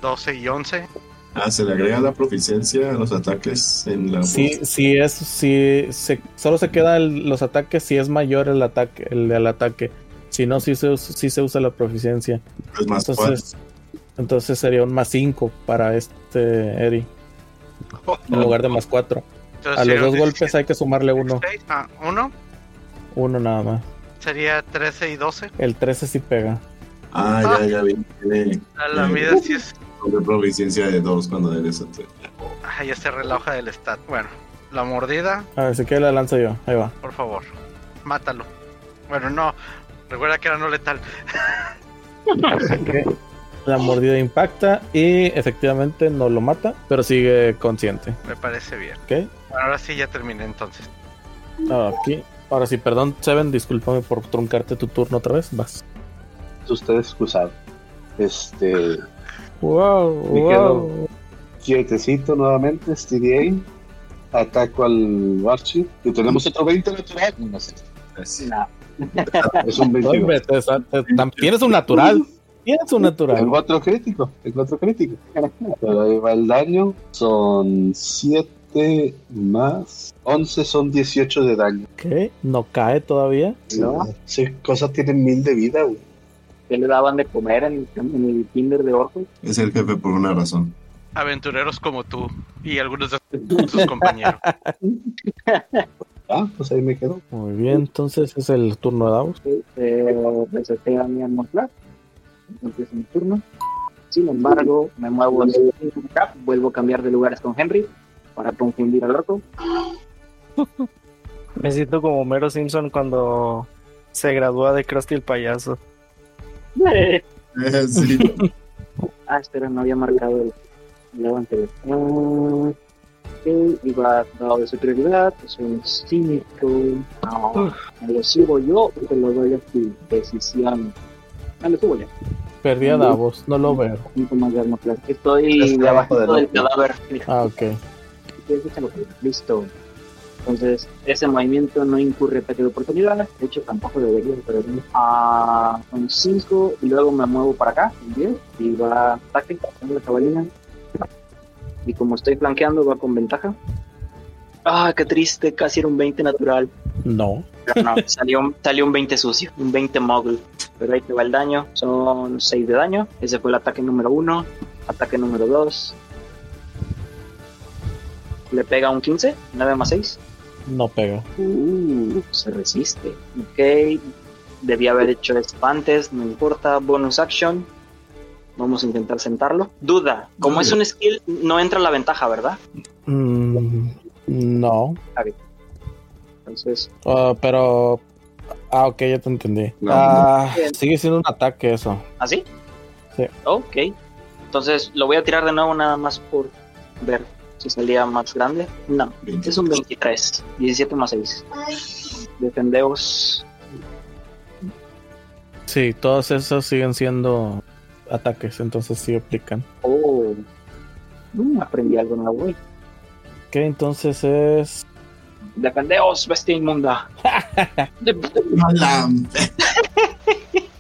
12 y 11. Ah, se le agrega la proficiencia a los ataques en la. si si es si se, solo se quedan los ataques si es mayor el ataque el del ataque. Si no si se us- sí se usa la proficiencia. Pues más cuatro. Entonces entonces sería un más 5 para este Eri en lugar de más 4. Entonces, A los sería dos un golpes hay que sumarle uno, 16. Ah, uno uno nada más. sería 13 y 12. El 13 sí pega. Ah, ya, ya vi. Tiene A la Eh. vida sí es. una proficiencia de dos cuando eres atr- Ah, ya cerré la hoja del stat. Bueno, la mordida, A ver, si quieres la lanzo yo. Ahí va. por favor, mátalo. Bueno, no, recuerda que era no letal. La mordida impacta y efectivamente no lo mata, pero sigue consciente. Me parece bien. ¿Ok? Bueno, ahora sí ya terminé entonces. Ahora Ah, aquí. Ahora sí, perdón, Seven, discúlpame por truncarte tu turno otra vez. Vas. Usted excusado. Este, <laughs> Wow, Me quedo. quietecito nuevamente, estoy ahí. Ataco al Archie. Y tenemos otro 20 natural. No, no sé. Es un 22. tienes un natural. Tienes un natural. Tengo otro crítico, tengo otro crítico. Pero ahí va el daño. Son 7 más 11, son 18 de daño. Ok, no cae todavía. No, sí, cosa tiene mil de vida, güey. ¿Qué le daban de comer en el, en el Kinder de Orco? Es el jefe por una razón. Aventureros como tú y algunos de tus compañeros. Ah, pues ahí <laughs> me quedo. Muy bien, entonces es el turno de Davos. Eh, resetea mi armor Empieza mi turno. Sin embargo, me muevo hacia el centro de acá, vuelvo a cambiar de lugares con Henry para confundir al orco. Me siento como Homero Simpson cuando se gradúa de Krusty el payaso. Eh, <laughs> sí. Ah, espera, no había marcado el lado anterior. Ah, ok, iba dado de su prioridad, es un cínico. No, me lo sigo yo y te lo doy a tu decisión. Me lo subo ya. Perdí a Davos, no lo veo. Cinco más de armor class. Estoy Está debajo abajo del del otro. cadáver. Ah, ok. Escúchalo. Listo. Entonces, ese movimiento no incurre ataque de oportunidad. De hecho, tampoco debería, pero ah, son 5 y luego me muevo para acá, un 10, y va ataque, con la jabalina. Y como estoy flanqueando, va con ventaja. Ah, qué triste, casi era un 20 natural. No. Pero no, salió, un- salió un 20 sucio, un 20 mogul. Pero ahí te va el daño, son 6 de daño. Ese fue el ataque número 1, ataque número 2. Le pega un 15, 9 más 6. No pega. Uh, se resiste. Ok, debía haber hecho esto antes, no importa. Bonus action. Vamos a intentar sentarlo. Duda, como es un skill, no entra la ventaja, ¿verdad? Mm, no. Entonces, Ah, pero. Ah, ok, ya te entendí. No, ah, no. Sigue siendo un ataque eso. ¿así? Sí. ¿Ah, Ok. Entonces, lo voy a tirar de nuevo nada más por ver si salía más grande. No, es un 23. 17 más 6. Defendeos. Sí, todos esos siguen siendo ataques, entonces sí aplican. Oh, Mm, aprendí algo nuevo. hoy. Ok, entonces es. Defendeos, bestia inmunda. Mala-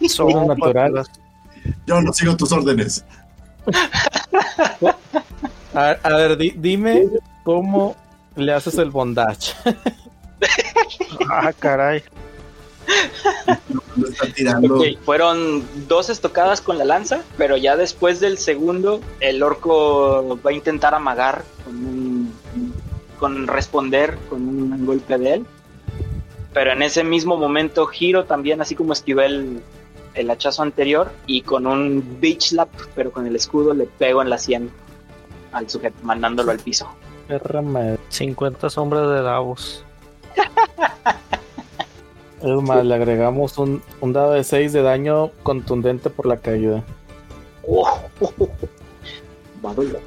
Son natural. patadas. Yo no sigo tus órdenes. A, a ver, di- dime cómo le haces el bondage. Ah, caray. No está tirando. Ok, fueron dos estocadas con la lanza, pero ya después del segundo, el orco va a intentar amagar con un- con responder con un golpe de él. Pero en ese mismo momento giro también, así como esquivé el, el hachazo anterior, y con un beach lap, pero con el escudo, le pego en la sien al sujeto, mandándolo al piso. Perra madre. 50 sombras de Davos. Es más, le agregamos un, un dado de 6 de daño contundente por la caída. <laughs> Va a doler.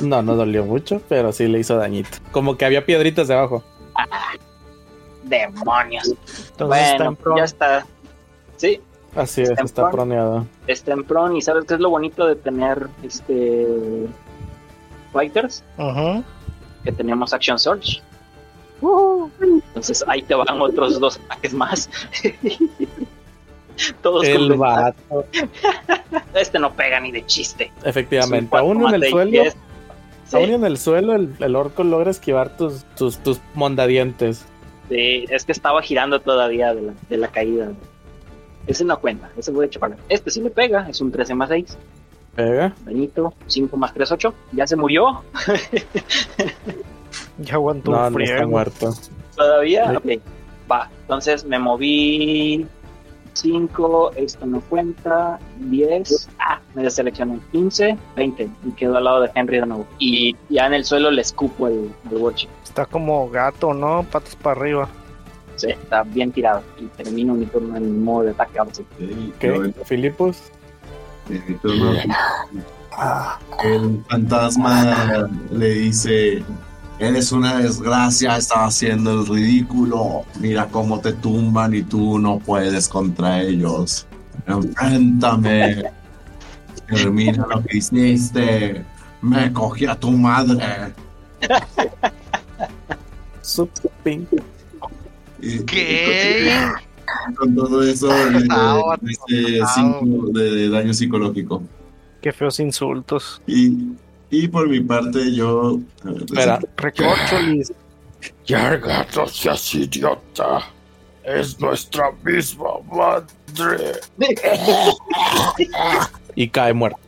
No, no dolió mucho, pero sí le hizo dañito. Como que había piedritas debajo. ¡Demonios! Entonces está Bueno, en pro. ya está. Sí, Así es, Está en está prone. proneado. está en prone y sabes qué es lo bonito de tener este fighters Ujú. que tenemos action surge entonces ahí te van otros dos ataques más <laughs> todos El con barato, ventaja. este no pega ni de chiste Es un efectivamente. cuatro Aún en más el de suelo, diez. Sí, aún en el suelo, el, el orco logra esquivar tus, tus, tus mondadientes. sí, es que estaba girando todavía de la, de la caída ese no cuenta ese fue de chocolate este sí le pega es un 13 más 6 Pega. Benito 5 más 3 8 ya se murió Ya aguantó No, un no está friego. muerto. ¿Todavía? Ok, Va, entonces me moví 5, esto no cuenta, 10, ah, me deseleccioné 15, 20 y quedo al lado de Henry de nuevo. Y ya en el suelo le escupo el, el worship. Está como gato, ¿no? Patas para arriba. Sí, está bien tirado y termino mi turno en modo de ataque ahora sí. ¿Qué? Filipos. Eh, pero no. El fantasma le dice: Eres una desgracia, estás haciendo el ridículo. Mira cómo te tumban y tú no puedes contra ellos. Enfréntame. Termina lo que hiciste. Me cogí a tu madre. Su pin- Y- y ¿Qué? Con, con todo <laughs> eso, le- Ah, le dice ah. cinco de- de daño psicológico. Qué feos insultos. Y, y por mi parte, yo. eh, Espera. Recorcholis. Lárgate, así idiota. Es nuestra misma madre. Y cae muerto.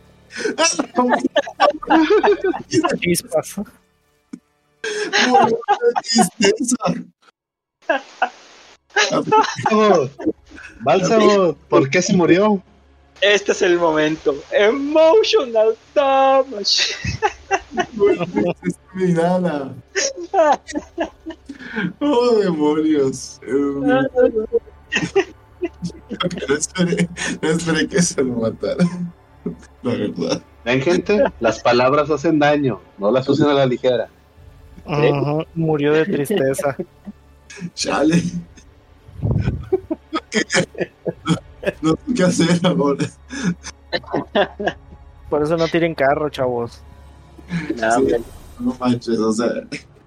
Chispas. Bálsamo, Bálsamo, ¿por qué se murió? Este es el momento. Emotional <laughs> damage. Mi nana. Oh, demonios. Eh, no esperé, no esperé que se lo matara. La verdad. Ven, gente, las palabras hacen daño, no las usen a la ligera. Ujú, Murió de tristeza. Chale. No sé qué hacer ahora. Por eso no tiren carro, chavos. No, Sí. hombre, No manches, o sea,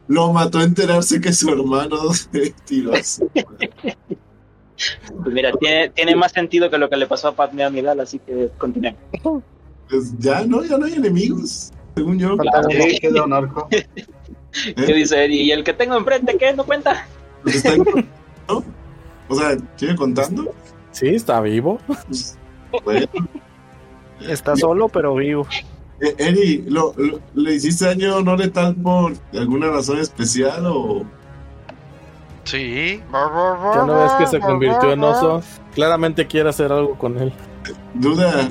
lo mató a enterarse que su hermano se tiró así. pues mira, tiene, tiene más sentido que lo que le pasó a Pat Meamidal, así que continuemos. Pues ya no, ya no hay enemigos, según yo. Falta uno. ¿Qué queda un arco? ¿Qué dice? ¿Y el que tengo enfrente qué? ¿No cuenta? Pues está ahí, ¿no? O sea, sigue contando. Sí, está vivo. Pues, bueno. Está solo, pero vivo. Eh, Eri, ¿lo, lo- le hiciste daño no letal por alguna razón especial o...? Sí. Ya una vez que se convirtió en oso, claramente quiere hacer algo con él. Duda,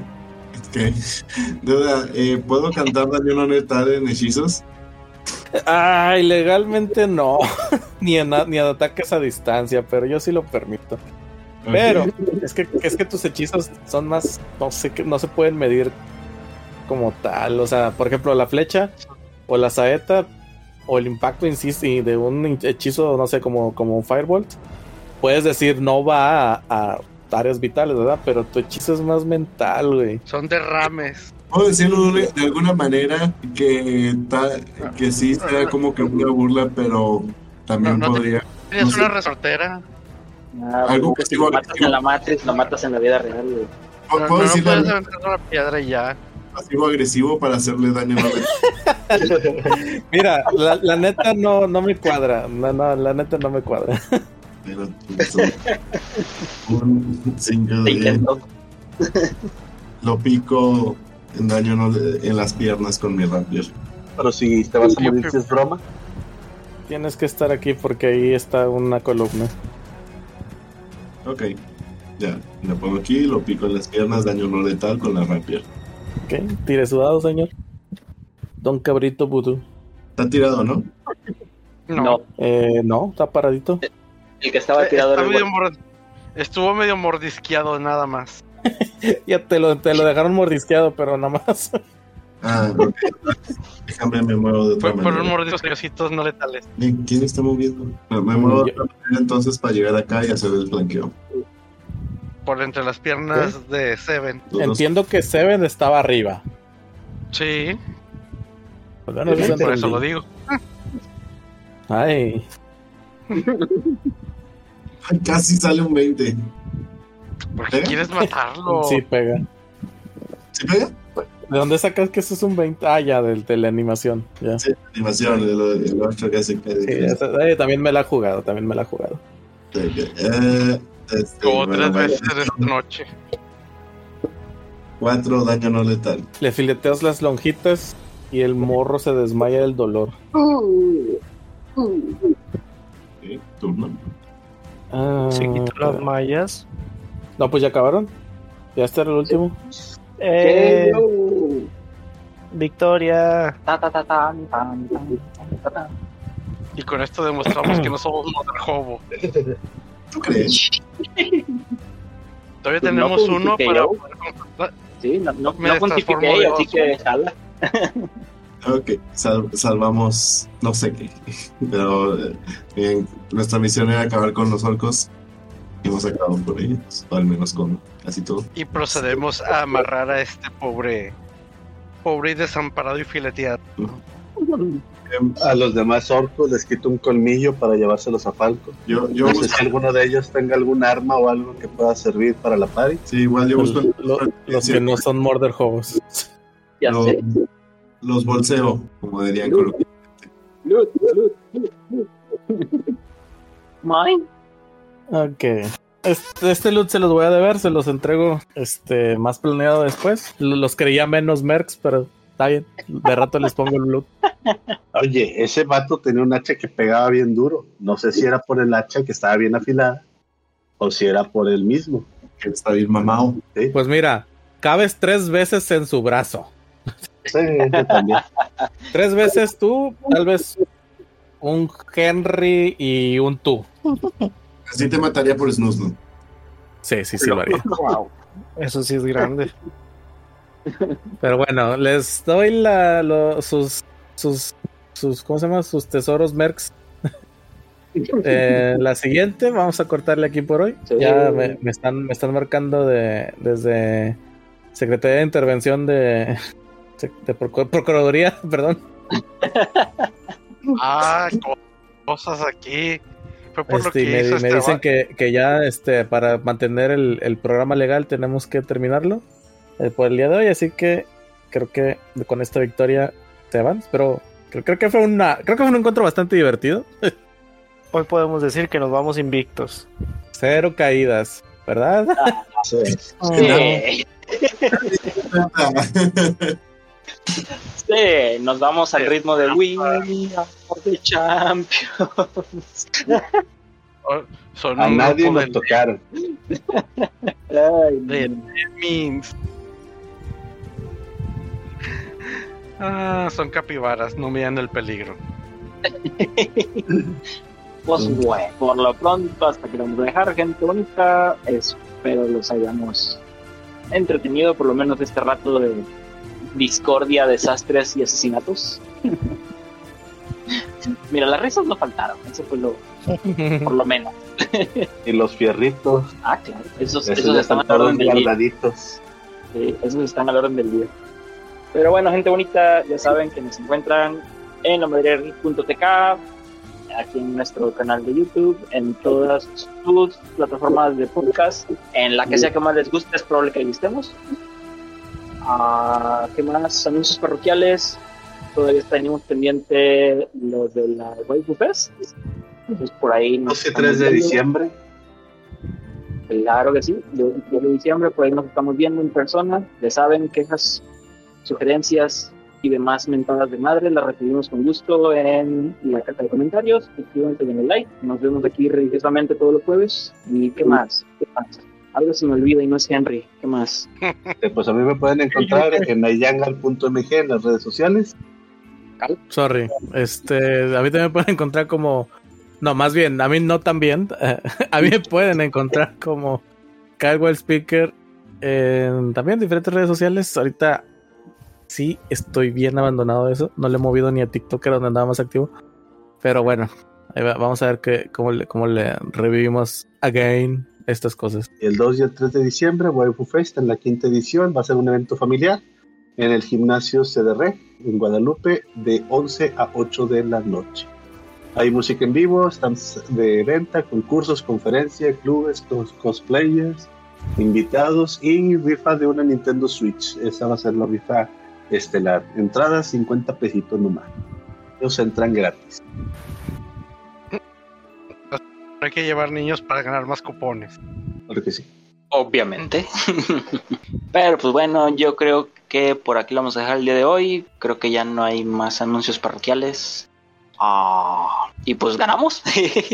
ok. <laughs> duda, eh, ¿puedo cantar daño no letal en hechizos? Ay, legalmente no. <laughs> ni, en, a- ni en ataques a distancia, pero yo sí lo permito. Ok. Pero es que, es que tus hechizos son más. No sé, qué- no se pueden medir como tal. O sea, por ejemplo, la flecha o la saeta o el impacto insis- y de un hechizo, no sé, como, como un firebolt. Puedes decir no va a, a áreas vitales, ¿verdad? Pero tu hechizo es más mental, güey. Son derrames. ¿Puedo decirlo de, de alguna manera que, ta- que sí sea como que una burla, pero también No, no te- podría... ¿Tienes No una sé. resortera? Ah, Algo pues, que si lo digo- matas en la Matrix, lo matas en la vida real. güey. No, no, ¿Puedo no decirle puedes algo aventar una piedra y ya. pasivo-agresivo para hacerle daño no <laughs> letal? Mira, la, la neta no, no me cuadra. No, no, la neta no me cuadra. Pero eso- un 5 Te de intento. Lo pico en daño no le- en las piernas con mi rapier. Pero si te vas a morir si es broma. Tienes que estar aquí porque ahí está una columna. Ok. Ya, lo pongo aquí, lo pico en las piernas, daño no letal con la rapier. Ok, tire su dado, señor. Don Cabrito Vudú. Está tirado, ¿no? No. Eh, no, está paradito. el que estaba Eh, tirado está era el medio bueno. mord- Estuvo medio mordisqueado nada más. <laughs> Ya te lo, te lo dejaron mordisqueado, pero nada más. Ah, <laughs> ok. Déjame, me muevo de Fue otra por un manera. mordiscositos no letales. Eh, ¿Quién está moviendo? Me, me muevo de otra manera entonces para llegar acá y hacer el flanqueo. por entre las piernas de Seven. Entiendo que Seven estaba arriba. Sí, Pues bueno, eso por eso entendí. lo digo. Ay, Ay, Casi sale un 20. Porque ¿Eh? quieres matarlo. Oh. sí pega. ¿Sí pega? ¿De dónde sacas que eso es un 20? Ah, ya, del- de, la animación. Ya. Sí, animación, el, el 8 que hace que. Sí, esa- eh, también me la ha jugado, también me la ha jugado. Eh, este, Como bueno, tres vaya, veces en esta noche. Cuatro daño no letal. Le fileteas las lonjitas y el morro se desmaya del dolor. Ok, Turno. Ah, Se quitó las mallas. no, pues ya acabaron. Ya este era el último. Eh, Hello. Victoria. Ta, ta, ta, tan, tan, tan, tan, ta, tan. Y con esto demostramos que no somos Motherhobo. ¿Tú crees? Todavía Pues no tenemos uno justifiqué para yo. poder completar. Sí, no, no, Me no pontifiqué, transformo de así que jala. Ok, sal- salvamos no sé qué. Pero eh, bien, nuestra misión era acabar con los orcos. Hemos acabado por ellos, o al menos con casi todo. Y procedemos a amarrar a este pobre. Pobre y desamparado y fileteado. em, A los demás orcos les quito un colmillo para llevárselos a Falco. Yo, yo No sé busco, si alguno de ellos tenga algún arma o algo que pueda servir para la party. sí, igual yo busco. Lo- los que no son murder hobos. Ya No. sé. Los bolseo, como dirían con Loot, loot, loot, loot. Mine. Ok. Este, este loot se los voy a deber, se los entrego este más planeado después. L- Los creía menos mercs, pero está bien. De rato les pongo el loot. Oye, ese vato tenía un hacha que pegaba bien duro. No sé si era por el hacha que estaba bien afilada o si era por él mismo. que está bien mamado. Pues mira, cabes tres veces en su brazo. Sí, yo <laughs> también. Tres veces tú, tal vez un Henry y un tú. Así te mataría por snus, ¿no? Sí, sí, sí, lo haría. Eso sí es grande. Pero bueno, les doy la, lo- sus, sus, sus, ¿cómo se llama? Sus tesoros mercs. Eh, la siguiente, vamos a cortarle aquí por hoy. Sí. Ya me, me están, me están marcando de, desde Secretaría de Intervención de, <laughs> de Procur- Procuraduría, <laughs> perdón. Ah, co- cosas aquí. Fue por lo Este, que y me, hizo me este dicen va- que, que ya este, para mantener el, el programa legal tenemos que terminarlo eh, por el día de hoy, así que creo que con esta victoria se van, pero creo, creo que fue una creo que fue un encuentro bastante divertido. Hoy podemos decir que nos vamos invictos. Cero caídas, ¿verdad? Sí. Sí. Sí, nos vamos al ritmo de We are the Champions. Son A un nadie grupo nos de tocaron. Ay, Bien. memes. <laughs> Ah, son capibaras, no miran el peligro. Pues Mm. bueno, por lo pronto, hasta que nos dejar gente bonita, espero los hayamos entretenido por lo menos este rato de discordia, desastres y <laughs> asesinatos. Mira, las risas no faltaron, eso fue lo, por Mm. lo menos. Y los fierritos, Ah, claro, esos, esos esos estaban ya están al todos orden del día. guardaditos. Sí, esos están al orden del día. Pero bueno, gente bonita, ya saben que nos encuentran en lamadregeek.tk, aquí en nuestro canal de YouTube, en todas sus plataformas de podcast, en la que sea que más les guste, es probable que ahí estemos. Ah, ¿Qué más? Anuncios parroquiales. Todavía tenemos pendiente lo de la Waifu Fest. Entonces por ahí nos 12 estamos 3 de viendo. diciembre. Claro que sí, de, de diciembre por ahí nos estamos viendo en persona, ya saben, quejas, sugerencias y demás mentadas de madre, las recibimos con gusto en la carta de comentarios, suscríbanse en el like, nos vemos aquí religiosamente todos los jueves, y qué más, qué más, algo se me olvida y no es Henry, qué más, Eh, Pues a mí me pueden encontrar en ayangal.mg en las redes sociales. Sorry. Este, a mí también me pueden encontrar como. No, más bien, a mí no tan bien. <laughs> a mí me pueden encontrar como Caldwell Speaker en también diferentes redes sociales. Ahorita sí estoy bien abandonado de eso. No le he movido ni a TikTok, era donde andaba más activo. Pero bueno, ahí va- vamos a ver que, cómo, le, cómo le revivimos again estas cosas. el 2 y el 3 de diciembre, Waifu Fest, en la quinta edición, va a ser un evento familiar en el gimnasio CDR en Guadalupe de 11 a 8 de la noche. Hay música en vivo, stands de venta, concursos, conferencias, clubes, cos- cosplayers, invitados y rifa de una Nintendo Switch. Esa va a ser la rifa estelar. Entrada 50 pesitos nomás. Ellos entran gratis. Hay que llevar niños para ganar más cupones. <laughs> Claro que sí. Obviamente. <laughs> Pero pues bueno, yo creo que por aquí lo vamos a dejar el día de hoy. Creo que ya no hay más anuncios parroquiales. Ah, y pues ganamos.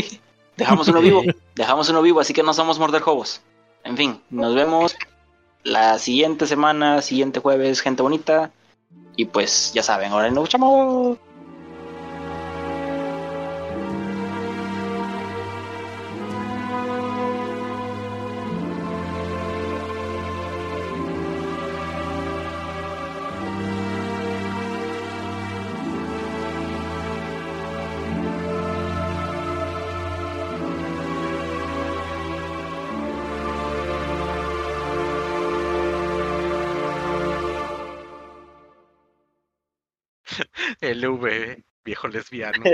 <laughs> dejamos uno vivo. Dejamos uno vivo, así que no somos morderjobos. En fin, nos vemos la siguiente semana, siguiente jueves, gente bonita. Y pues ya saben, ahora nos escuchamos. El V, viejo lesbiano.